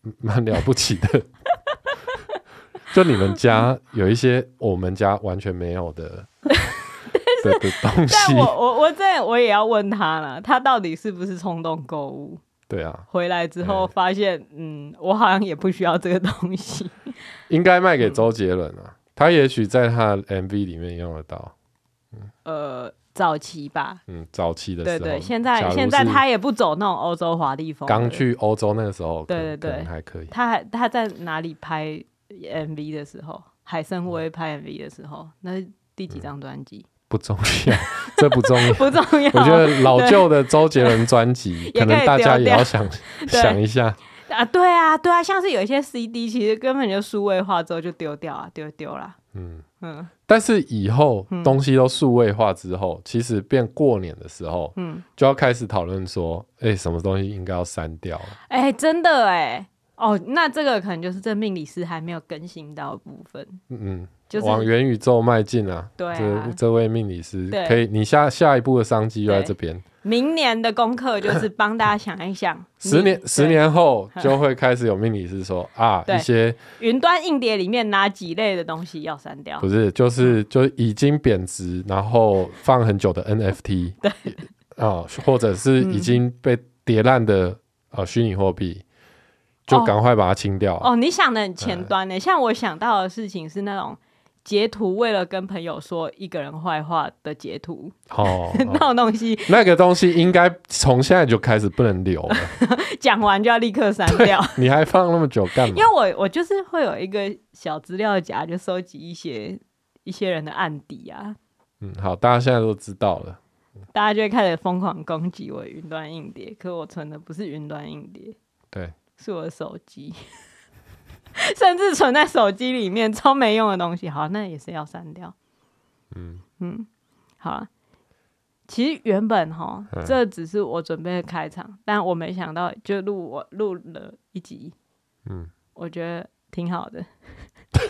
[SPEAKER 2] 嗯蛮了不起的， 就你们家有一些我们家完全没有的的的 东西
[SPEAKER 1] 但。我我我这我也要问他了，他到底是不是冲动购物？
[SPEAKER 2] 对啊，
[SPEAKER 1] 回来之后
[SPEAKER 2] 嗯
[SPEAKER 1] 发现，嗯，我好像也不需要这个东西。
[SPEAKER 2] 应该卖给周杰伦啊，他也许在他的 MV 里面用得到。
[SPEAKER 1] 呃，早期吧，
[SPEAKER 2] 嗯，早期的
[SPEAKER 1] 对
[SPEAKER 2] 时候，
[SPEAKER 1] 对，现
[SPEAKER 2] 假
[SPEAKER 1] 在
[SPEAKER 2] 如
[SPEAKER 1] 现在
[SPEAKER 2] 是
[SPEAKER 1] 他也不走那种欧洲华丽风了，
[SPEAKER 2] 刚去欧洲那个时候，
[SPEAKER 1] 对
[SPEAKER 2] 可
[SPEAKER 1] 对
[SPEAKER 2] 能
[SPEAKER 1] 对
[SPEAKER 2] 可能还可以。
[SPEAKER 1] 他还他在哪里拍 MV 的时候，海参崴拍 MV 的时候，那是第几张专辑？
[SPEAKER 2] 不重要，这不重 要。
[SPEAKER 1] 不重要。
[SPEAKER 2] 嗯我觉得老旧的周杰伦专辑，
[SPEAKER 1] 也
[SPEAKER 2] 可能大家
[SPEAKER 1] 可以丢
[SPEAKER 2] 也
[SPEAKER 1] 掉
[SPEAKER 2] 要想
[SPEAKER 1] 对
[SPEAKER 2] 想一下。
[SPEAKER 1] 啊，对啊，对啊，像是有一些 CD，其实根本就数位化之后就丢掉啊，丢就丢啦。
[SPEAKER 2] 嗯，
[SPEAKER 1] 嗯
[SPEAKER 2] 但是以后东西都数位化之后，其实变过年的时候
[SPEAKER 1] 嗯，
[SPEAKER 2] 就要开始讨论说，哎，什么东西应该要删掉了。
[SPEAKER 1] 哎、真的哎、哦，那这个可能就是这命理师还没有更新到的部分，
[SPEAKER 2] 嗯，
[SPEAKER 1] 就是
[SPEAKER 2] 往元宇宙迈进啊。
[SPEAKER 1] 对啊
[SPEAKER 2] 这这位命理师
[SPEAKER 1] 对
[SPEAKER 2] 可以，你下下一步的商机就在这边。，
[SPEAKER 1] 明年的功课就是帮大家想一想
[SPEAKER 2] 十年
[SPEAKER 1] 你
[SPEAKER 2] 十 年后就会开始有命理师说啊，
[SPEAKER 1] 对
[SPEAKER 2] 一些
[SPEAKER 1] 对云端硬碟里面哪几类的东西要删掉
[SPEAKER 2] 不？是，就是就是已经贬值，然后放很久的 NFT，对啊、或者是
[SPEAKER 1] 嗯
[SPEAKER 2] 已经被叠烂的呃虚拟货币，就
[SPEAKER 1] 哦
[SPEAKER 2] 赶快把它清掉啊、
[SPEAKER 1] 哦，你想的很前端呢、像我想到的事情是那种截图，为了跟朋友说一个人坏话的截图，
[SPEAKER 2] 哦。
[SPEAKER 1] 那种东西
[SPEAKER 2] 那个东西应该从现在就开始不能留了，
[SPEAKER 1] 讲完就要立刻删掉。
[SPEAKER 2] 你还放那么久干嘛
[SPEAKER 1] 因？为我我就是会有一个小资料夹，就收集一些一些人的案底啊，
[SPEAKER 2] 嗯，好，大家现在都知道了。
[SPEAKER 1] 大家就会开始疯狂攻击我的云端硬碟，可我存的不是云端硬碟，
[SPEAKER 2] 对，
[SPEAKER 1] 是我的手机， 甚至存在手机里面超没用的东西，好，那也是要删掉。
[SPEAKER 2] 嗯
[SPEAKER 1] 嗯，好啊。其实原本哈
[SPEAKER 2] 嗯，
[SPEAKER 1] 这只是我准备的开场，但我没想到就录我录了一集，
[SPEAKER 2] 嗯，
[SPEAKER 1] 我觉得挺好的。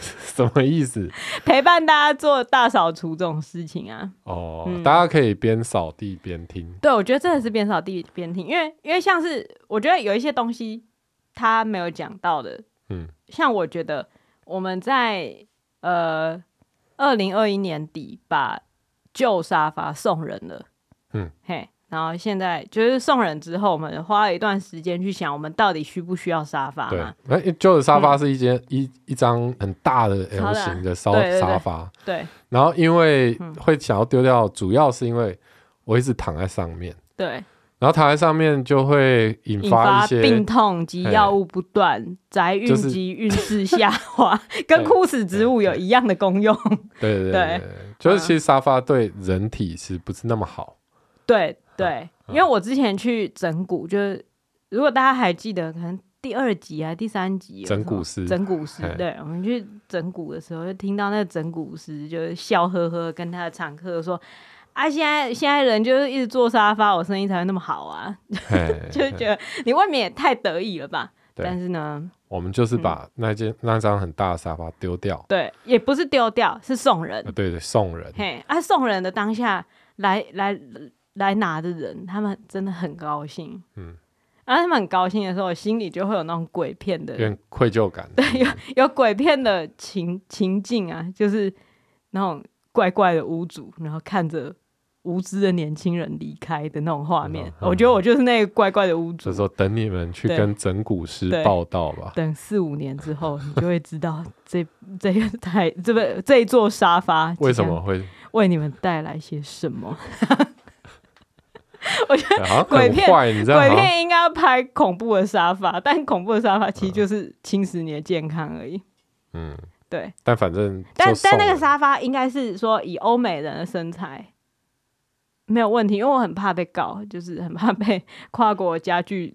[SPEAKER 2] 什么意思？
[SPEAKER 1] 陪伴大家做大扫除这种事情啊。
[SPEAKER 2] 哦，
[SPEAKER 1] 嗯
[SPEAKER 2] 大家可以边扫地边听。
[SPEAKER 1] 对，我觉得真的是边扫地边听，因为因为像是我觉得有一些东西他没有讲到的，
[SPEAKER 2] 嗯
[SPEAKER 1] 像我觉得我们在呃二零二一年底把旧沙发送人了，
[SPEAKER 2] 嗯，
[SPEAKER 1] 嘿。然后现在就是送人之后，我们花了一段时间去想，我们到底需不需要沙发
[SPEAKER 2] 对
[SPEAKER 1] 嘛？，
[SPEAKER 2] 哎、旧的沙发是一间、一一张很大的 L
[SPEAKER 1] 嗯超大
[SPEAKER 2] 型的沙
[SPEAKER 1] 对对对
[SPEAKER 2] 沙发，
[SPEAKER 1] 对
[SPEAKER 2] 然后因为会想要丢掉，主要是因为我一直躺在上面，
[SPEAKER 1] 对，
[SPEAKER 2] 然后躺在上面就会引
[SPEAKER 1] 引
[SPEAKER 2] 发
[SPEAKER 1] 发
[SPEAKER 2] 一些
[SPEAKER 1] 病痛及
[SPEAKER 2] 嘿
[SPEAKER 1] 药物不断，宅运
[SPEAKER 2] 就是
[SPEAKER 1] 及运势下滑， 跟枯死植物有一样的功用。
[SPEAKER 2] 对对对
[SPEAKER 1] 对嗯
[SPEAKER 2] 对就是其实沙发对人体是不是那 么好？嗯
[SPEAKER 1] 对对，因为我之前去整骨，就是如果大家还记得，可能第二集啊还是第三集有
[SPEAKER 2] 整
[SPEAKER 1] 什么
[SPEAKER 2] 骨师
[SPEAKER 1] 整骨师
[SPEAKER 2] 嘿，
[SPEAKER 1] 对，我们去整骨的时候，就听到那个整骨师就是笑呵呵跟他的常客说。啊，现在现在人就是一直坐沙发，我生意才会那么好啊，
[SPEAKER 2] 嘿
[SPEAKER 1] 就是觉得你未免也太得意了吧。
[SPEAKER 2] 对
[SPEAKER 1] 但是呢，
[SPEAKER 2] 我们就是
[SPEAKER 1] 嗯
[SPEAKER 2] 把那间、那张很大的沙发丢掉，
[SPEAKER 1] 对，也不是丢掉，是送人
[SPEAKER 2] 呃。对对，送人。
[SPEAKER 1] 嘿，啊，送人的当下来来来拿的人，他们真的很高兴。
[SPEAKER 2] 嗯
[SPEAKER 1] 嗯，啊，他们很高兴的时候，我心里就会有那种鬼片的
[SPEAKER 2] 有，点愧疚感，
[SPEAKER 1] 对，有有鬼片的情情境啊，就是那种怪怪的屋主，然后看着无知的年轻人离开的那种画面。
[SPEAKER 2] 嗯嗯
[SPEAKER 1] 我觉得我就是那个怪怪的屋
[SPEAKER 2] 就
[SPEAKER 1] 主。
[SPEAKER 2] 说等你们去
[SPEAKER 1] 对
[SPEAKER 2] 跟整蛊师
[SPEAKER 1] 对
[SPEAKER 2] 报道吧。
[SPEAKER 1] 等四五年之后，你就会知道这 这个台这个这一座沙发
[SPEAKER 2] 为什么 会
[SPEAKER 1] 为你们带来些什么。
[SPEAKER 2] 对好像
[SPEAKER 1] 鬼
[SPEAKER 2] 很
[SPEAKER 1] 片
[SPEAKER 2] 坏？你知道
[SPEAKER 1] 鬼
[SPEAKER 2] 吗？
[SPEAKER 1] 片应该要拍恐怖的沙发，但恐怖的沙发其实就是侵蚀你的健康而已。
[SPEAKER 2] 嗯，
[SPEAKER 1] 对，
[SPEAKER 2] 但反正
[SPEAKER 1] 但
[SPEAKER 2] 就送
[SPEAKER 1] 但那个
[SPEAKER 2] 了
[SPEAKER 1] 沙发应该是说以欧美人的身材没有问题，因为我很怕被告，就是很怕被 跨国家具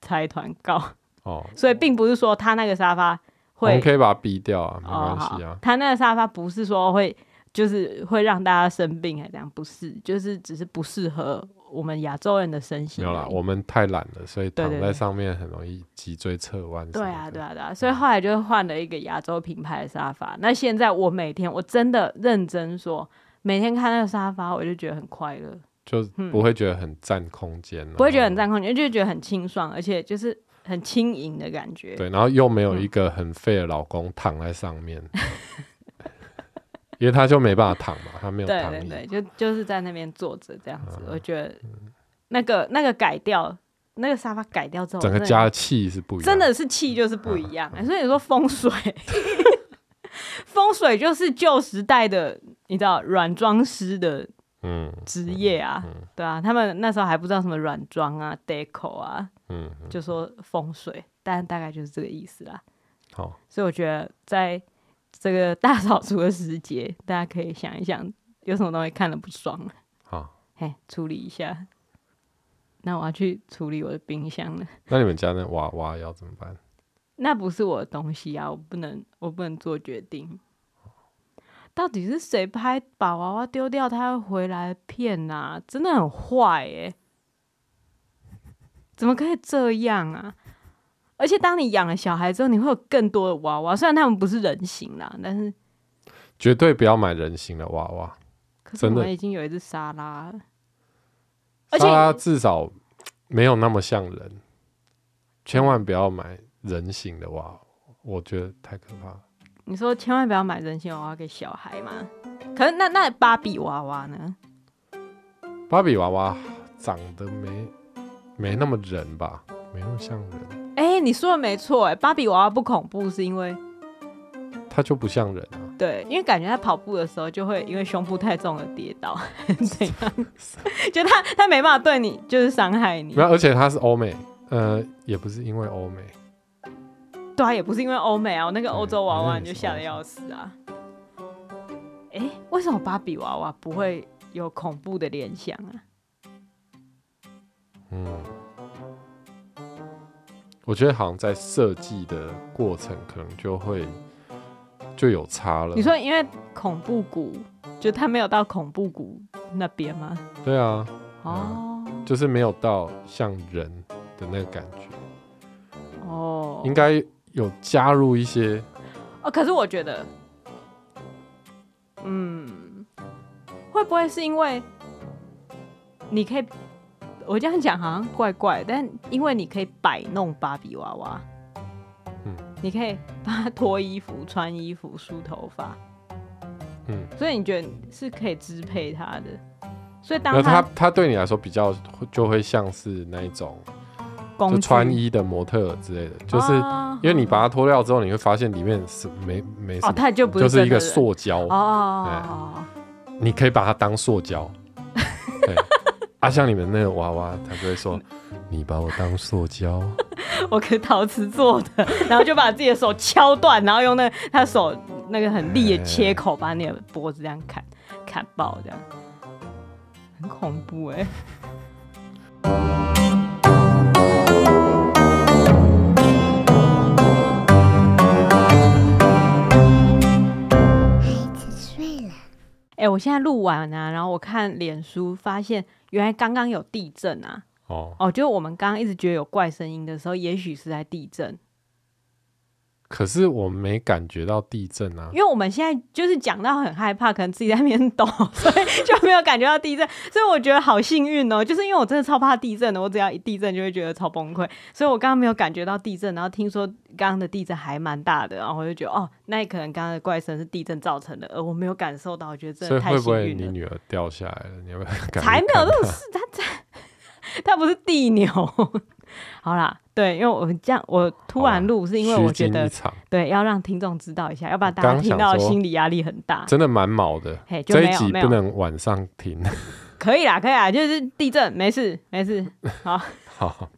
[SPEAKER 1] 财团告，
[SPEAKER 2] 哦，
[SPEAKER 1] 所以并不是说他那个沙发
[SPEAKER 2] 我
[SPEAKER 1] 会
[SPEAKER 2] 们可以把它逼掉啊，没
[SPEAKER 1] 哦
[SPEAKER 2] 关系啊
[SPEAKER 1] 好。他那个沙发不是说会就是会让大家生病还是怎样，不是，就是只是不适合我们亚洲人的身形
[SPEAKER 2] 没有啦
[SPEAKER 1] 而，已
[SPEAKER 2] 我们太懒了，所以
[SPEAKER 1] 对
[SPEAKER 2] 躺
[SPEAKER 1] 对
[SPEAKER 2] 在
[SPEAKER 1] 对
[SPEAKER 2] 上面很容易脊椎侧弯。
[SPEAKER 1] 对啊，对，啊，对啊，所以后来就换了一个亚洲品牌的沙发。那现在我每天我真的认真说，每天看那个沙发，我就觉得很快乐，
[SPEAKER 2] 就不会觉得很占空间，
[SPEAKER 1] 不会觉得很
[SPEAKER 2] 然
[SPEAKER 1] 占
[SPEAKER 2] 后。
[SPEAKER 1] 空间，就觉得很清爽，而且就是很轻盈的感
[SPEAKER 2] 哦
[SPEAKER 1] 觉。嗯
[SPEAKER 2] 对，然后又没有一个很废的老公躺在上面，因为他就没办法躺嘛，他没有嗯
[SPEAKER 1] 对
[SPEAKER 2] 躺
[SPEAKER 1] 对
[SPEAKER 2] 椅。
[SPEAKER 1] 对，就就是在那边坐着这样子，我觉得那个那个改掉，那个沙发改掉之后，
[SPEAKER 2] 整个
[SPEAKER 1] 真的
[SPEAKER 2] 家的气是不一样，嗯
[SPEAKER 1] 真的是气就是不一样、所以你说风水， 风水就是旧时代的，你知道软装师的
[SPEAKER 2] 嗯，
[SPEAKER 1] 职业啊，对啊，他们那时候还不知道什么软装啊、deco 啊，
[SPEAKER 2] 嗯
[SPEAKER 1] 就说风水，但大概就是这个意思啦。
[SPEAKER 2] 好，
[SPEAKER 1] 所以我觉得在这个大扫除的时节， 大家可以想一想，有什么东西看了不爽，
[SPEAKER 2] 好。
[SPEAKER 1] 嘿，处理一下。那我要去处理我的冰箱了，
[SPEAKER 2] 那你们家那娃娃要怎么办？
[SPEAKER 1] 那不是我的东西啊，我不能，我不能做决定。到底是谁拍把娃娃丢掉，他会回来骗啊？真的很坏耶、怎么可以这样啊？而且当你养了小孩之后，你会有更多的娃娃，虽然他们不是人形啦，但是
[SPEAKER 2] 绝对不要买人形的娃娃，
[SPEAKER 1] 可是
[SPEAKER 2] 真
[SPEAKER 1] 我
[SPEAKER 2] 的
[SPEAKER 1] 们已经有一只沙拉了，而且
[SPEAKER 2] 它至少没有那么像人，千万不要买人形的娃娃，我觉得太可怕了。
[SPEAKER 1] 你说千万不要买人形娃娃给小孩嘛。可是那那芭比娃娃呢？
[SPEAKER 2] 芭比娃娃长得没没那么人吧，没那么像人，
[SPEAKER 1] 哎、你说的没错，哎，芭比娃娃不恐怖是因为
[SPEAKER 2] 它就不像人啊。
[SPEAKER 1] 对，因为感觉他跑步的时候就会因为胸部太重而跌倒，怎样？就他他没办法对你就是伤害你
[SPEAKER 2] 没，有，而且它是欧美，呃，也不是因为欧美，
[SPEAKER 1] 对啊，也不是因为欧美啊，我那个欧洲娃娃
[SPEAKER 2] 对
[SPEAKER 1] 你就吓得要死啊。哎、为什么芭比娃娃不会有恐怖的联想啊？
[SPEAKER 2] 嗯，我觉得好像在设计的过程可能就会就有差了。
[SPEAKER 1] 你说因为恐怖谷，就他没有到恐怖谷那边吗？
[SPEAKER 2] 对啊，
[SPEAKER 1] 哦、
[SPEAKER 2] 就是没有到像人的那个感觉，
[SPEAKER 1] 哦
[SPEAKER 2] 应该有加入一些
[SPEAKER 1] 哦，可是我觉得，嗯，会不会是因为你可以，我这样讲好像怪怪，但因为你可以摆弄芭比娃娃，
[SPEAKER 2] 嗯
[SPEAKER 1] 你可以帮她脱衣服、穿衣服、梳头发，
[SPEAKER 2] 嗯，
[SPEAKER 1] 所以你觉得是可以支配她的，所以当
[SPEAKER 2] 那他
[SPEAKER 1] 她
[SPEAKER 2] 他对你来说比较会就会像是那一种
[SPEAKER 1] 工
[SPEAKER 2] 就
[SPEAKER 1] 具
[SPEAKER 2] 穿，衣的模特之类的，就是
[SPEAKER 1] 哦
[SPEAKER 2] 因为你把它脱掉之后，你会发现里面是没没什
[SPEAKER 1] 哦，
[SPEAKER 2] 么，
[SPEAKER 1] 她就不
[SPEAKER 2] 就是是一
[SPEAKER 1] 真
[SPEAKER 2] 个
[SPEAKER 1] 的人
[SPEAKER 2] 塑胶，
[SPEAKER 1] 哦哦哦。哦
[SPEAKER 2] 你可以把它当塑 胶。对，啊，像你们那个娃娃，他就会说
[SPEAKER 1] 嗯
[SPEAKER 2] 你把我当塑胶，
[SPEAKER 1] 我可陶瓷做的，然后就把自己的手敲断，然后用那个他手那个很利的切口把你的脖子这样砍砍爆，这样很恐怖哎、
[SPEAKER 3] 孩子睡了。
[SPEAKER 1] 哎、我现在录完啊，然后我看脸书发现，原来刚刚有地震啊！
[SPEAKER 2] 哦，
[SPEAKER 1] 哦，就是我们刚刚一直觉得有怪声音的时候，也许是在地震，
[SPEAKER 2] 可是我没感觉到地震啊
[SPEAKER 1] 因。为我们现在就是讲到很害怕，可能自己在那边抖， 所以就没有感觉到地震。所以我觉得好幸运哦，就是因为我真的超怕地震的，我只要一地震就会觉得超崩溃。所以我刚刚没有感觉到地震，然后听说刚刚的地震还蛮大的，然后我就觉得哦，那可能刚刚的怪声是地震造成的，而我没有感受到，我觉得真
[SPEAKER 2] 所
[SPEAKER 1] 的
[SPEAKER 2] 以
[SPEAKER 1] 太
[SPEAKER 2] 会不
[SPEAKER 1] 幸
[SPEAKER 2] 会
[SPEAKER 1] 运
[SPEAKER 2] 你
[SPEAKER 1] 了。
[SPEAKER 2] 女儿掉下来了？你有没有感觉？
[SPEAKER 1] 才没有这种事，他他他不是地牛。 好啦，对，因为我这样，我突
[SPEAKER 2] 好
[SPEAKER 1] 然
[SPEAKER 2] 啦
[SPEAKER 1] 录是因为我
[SPEAKER 2] 虚
[SPEAKER 1] 觉
[SPEAKER 2] 惊
[SPEAKER 1] 得
[SPEAKER 2] 一场
[SPEAKER 1] 对，要让听众知道一下，要不然大家
[SPEAKER 2] 刚
[SPEAKER 1] 听
[SPEAKER 2] 想
[SPEAKER 1] 到
[SPEAKER 2] 说
[SPEAKER 1] 心理压力很大。
[SPEAKER 2] 真的蛮毛的。
[SPEAKER 1] 嘿，就
[SPEAKER 2] 这
[SPEAKER 1] 没
[SPEAKER 2] 一
[SPEAKER 1] 有
[SPEAKER 2] 集
[SPEAKER 1] 没
[SPEAKER 2] 不
[SPEAKER 1] 有，
[SPEAKER 2] 能晚上听，
[SPEAKER 1] 可以啦，可以啦，就是地震，没事没事。好，
[SPEAKER 2] 好，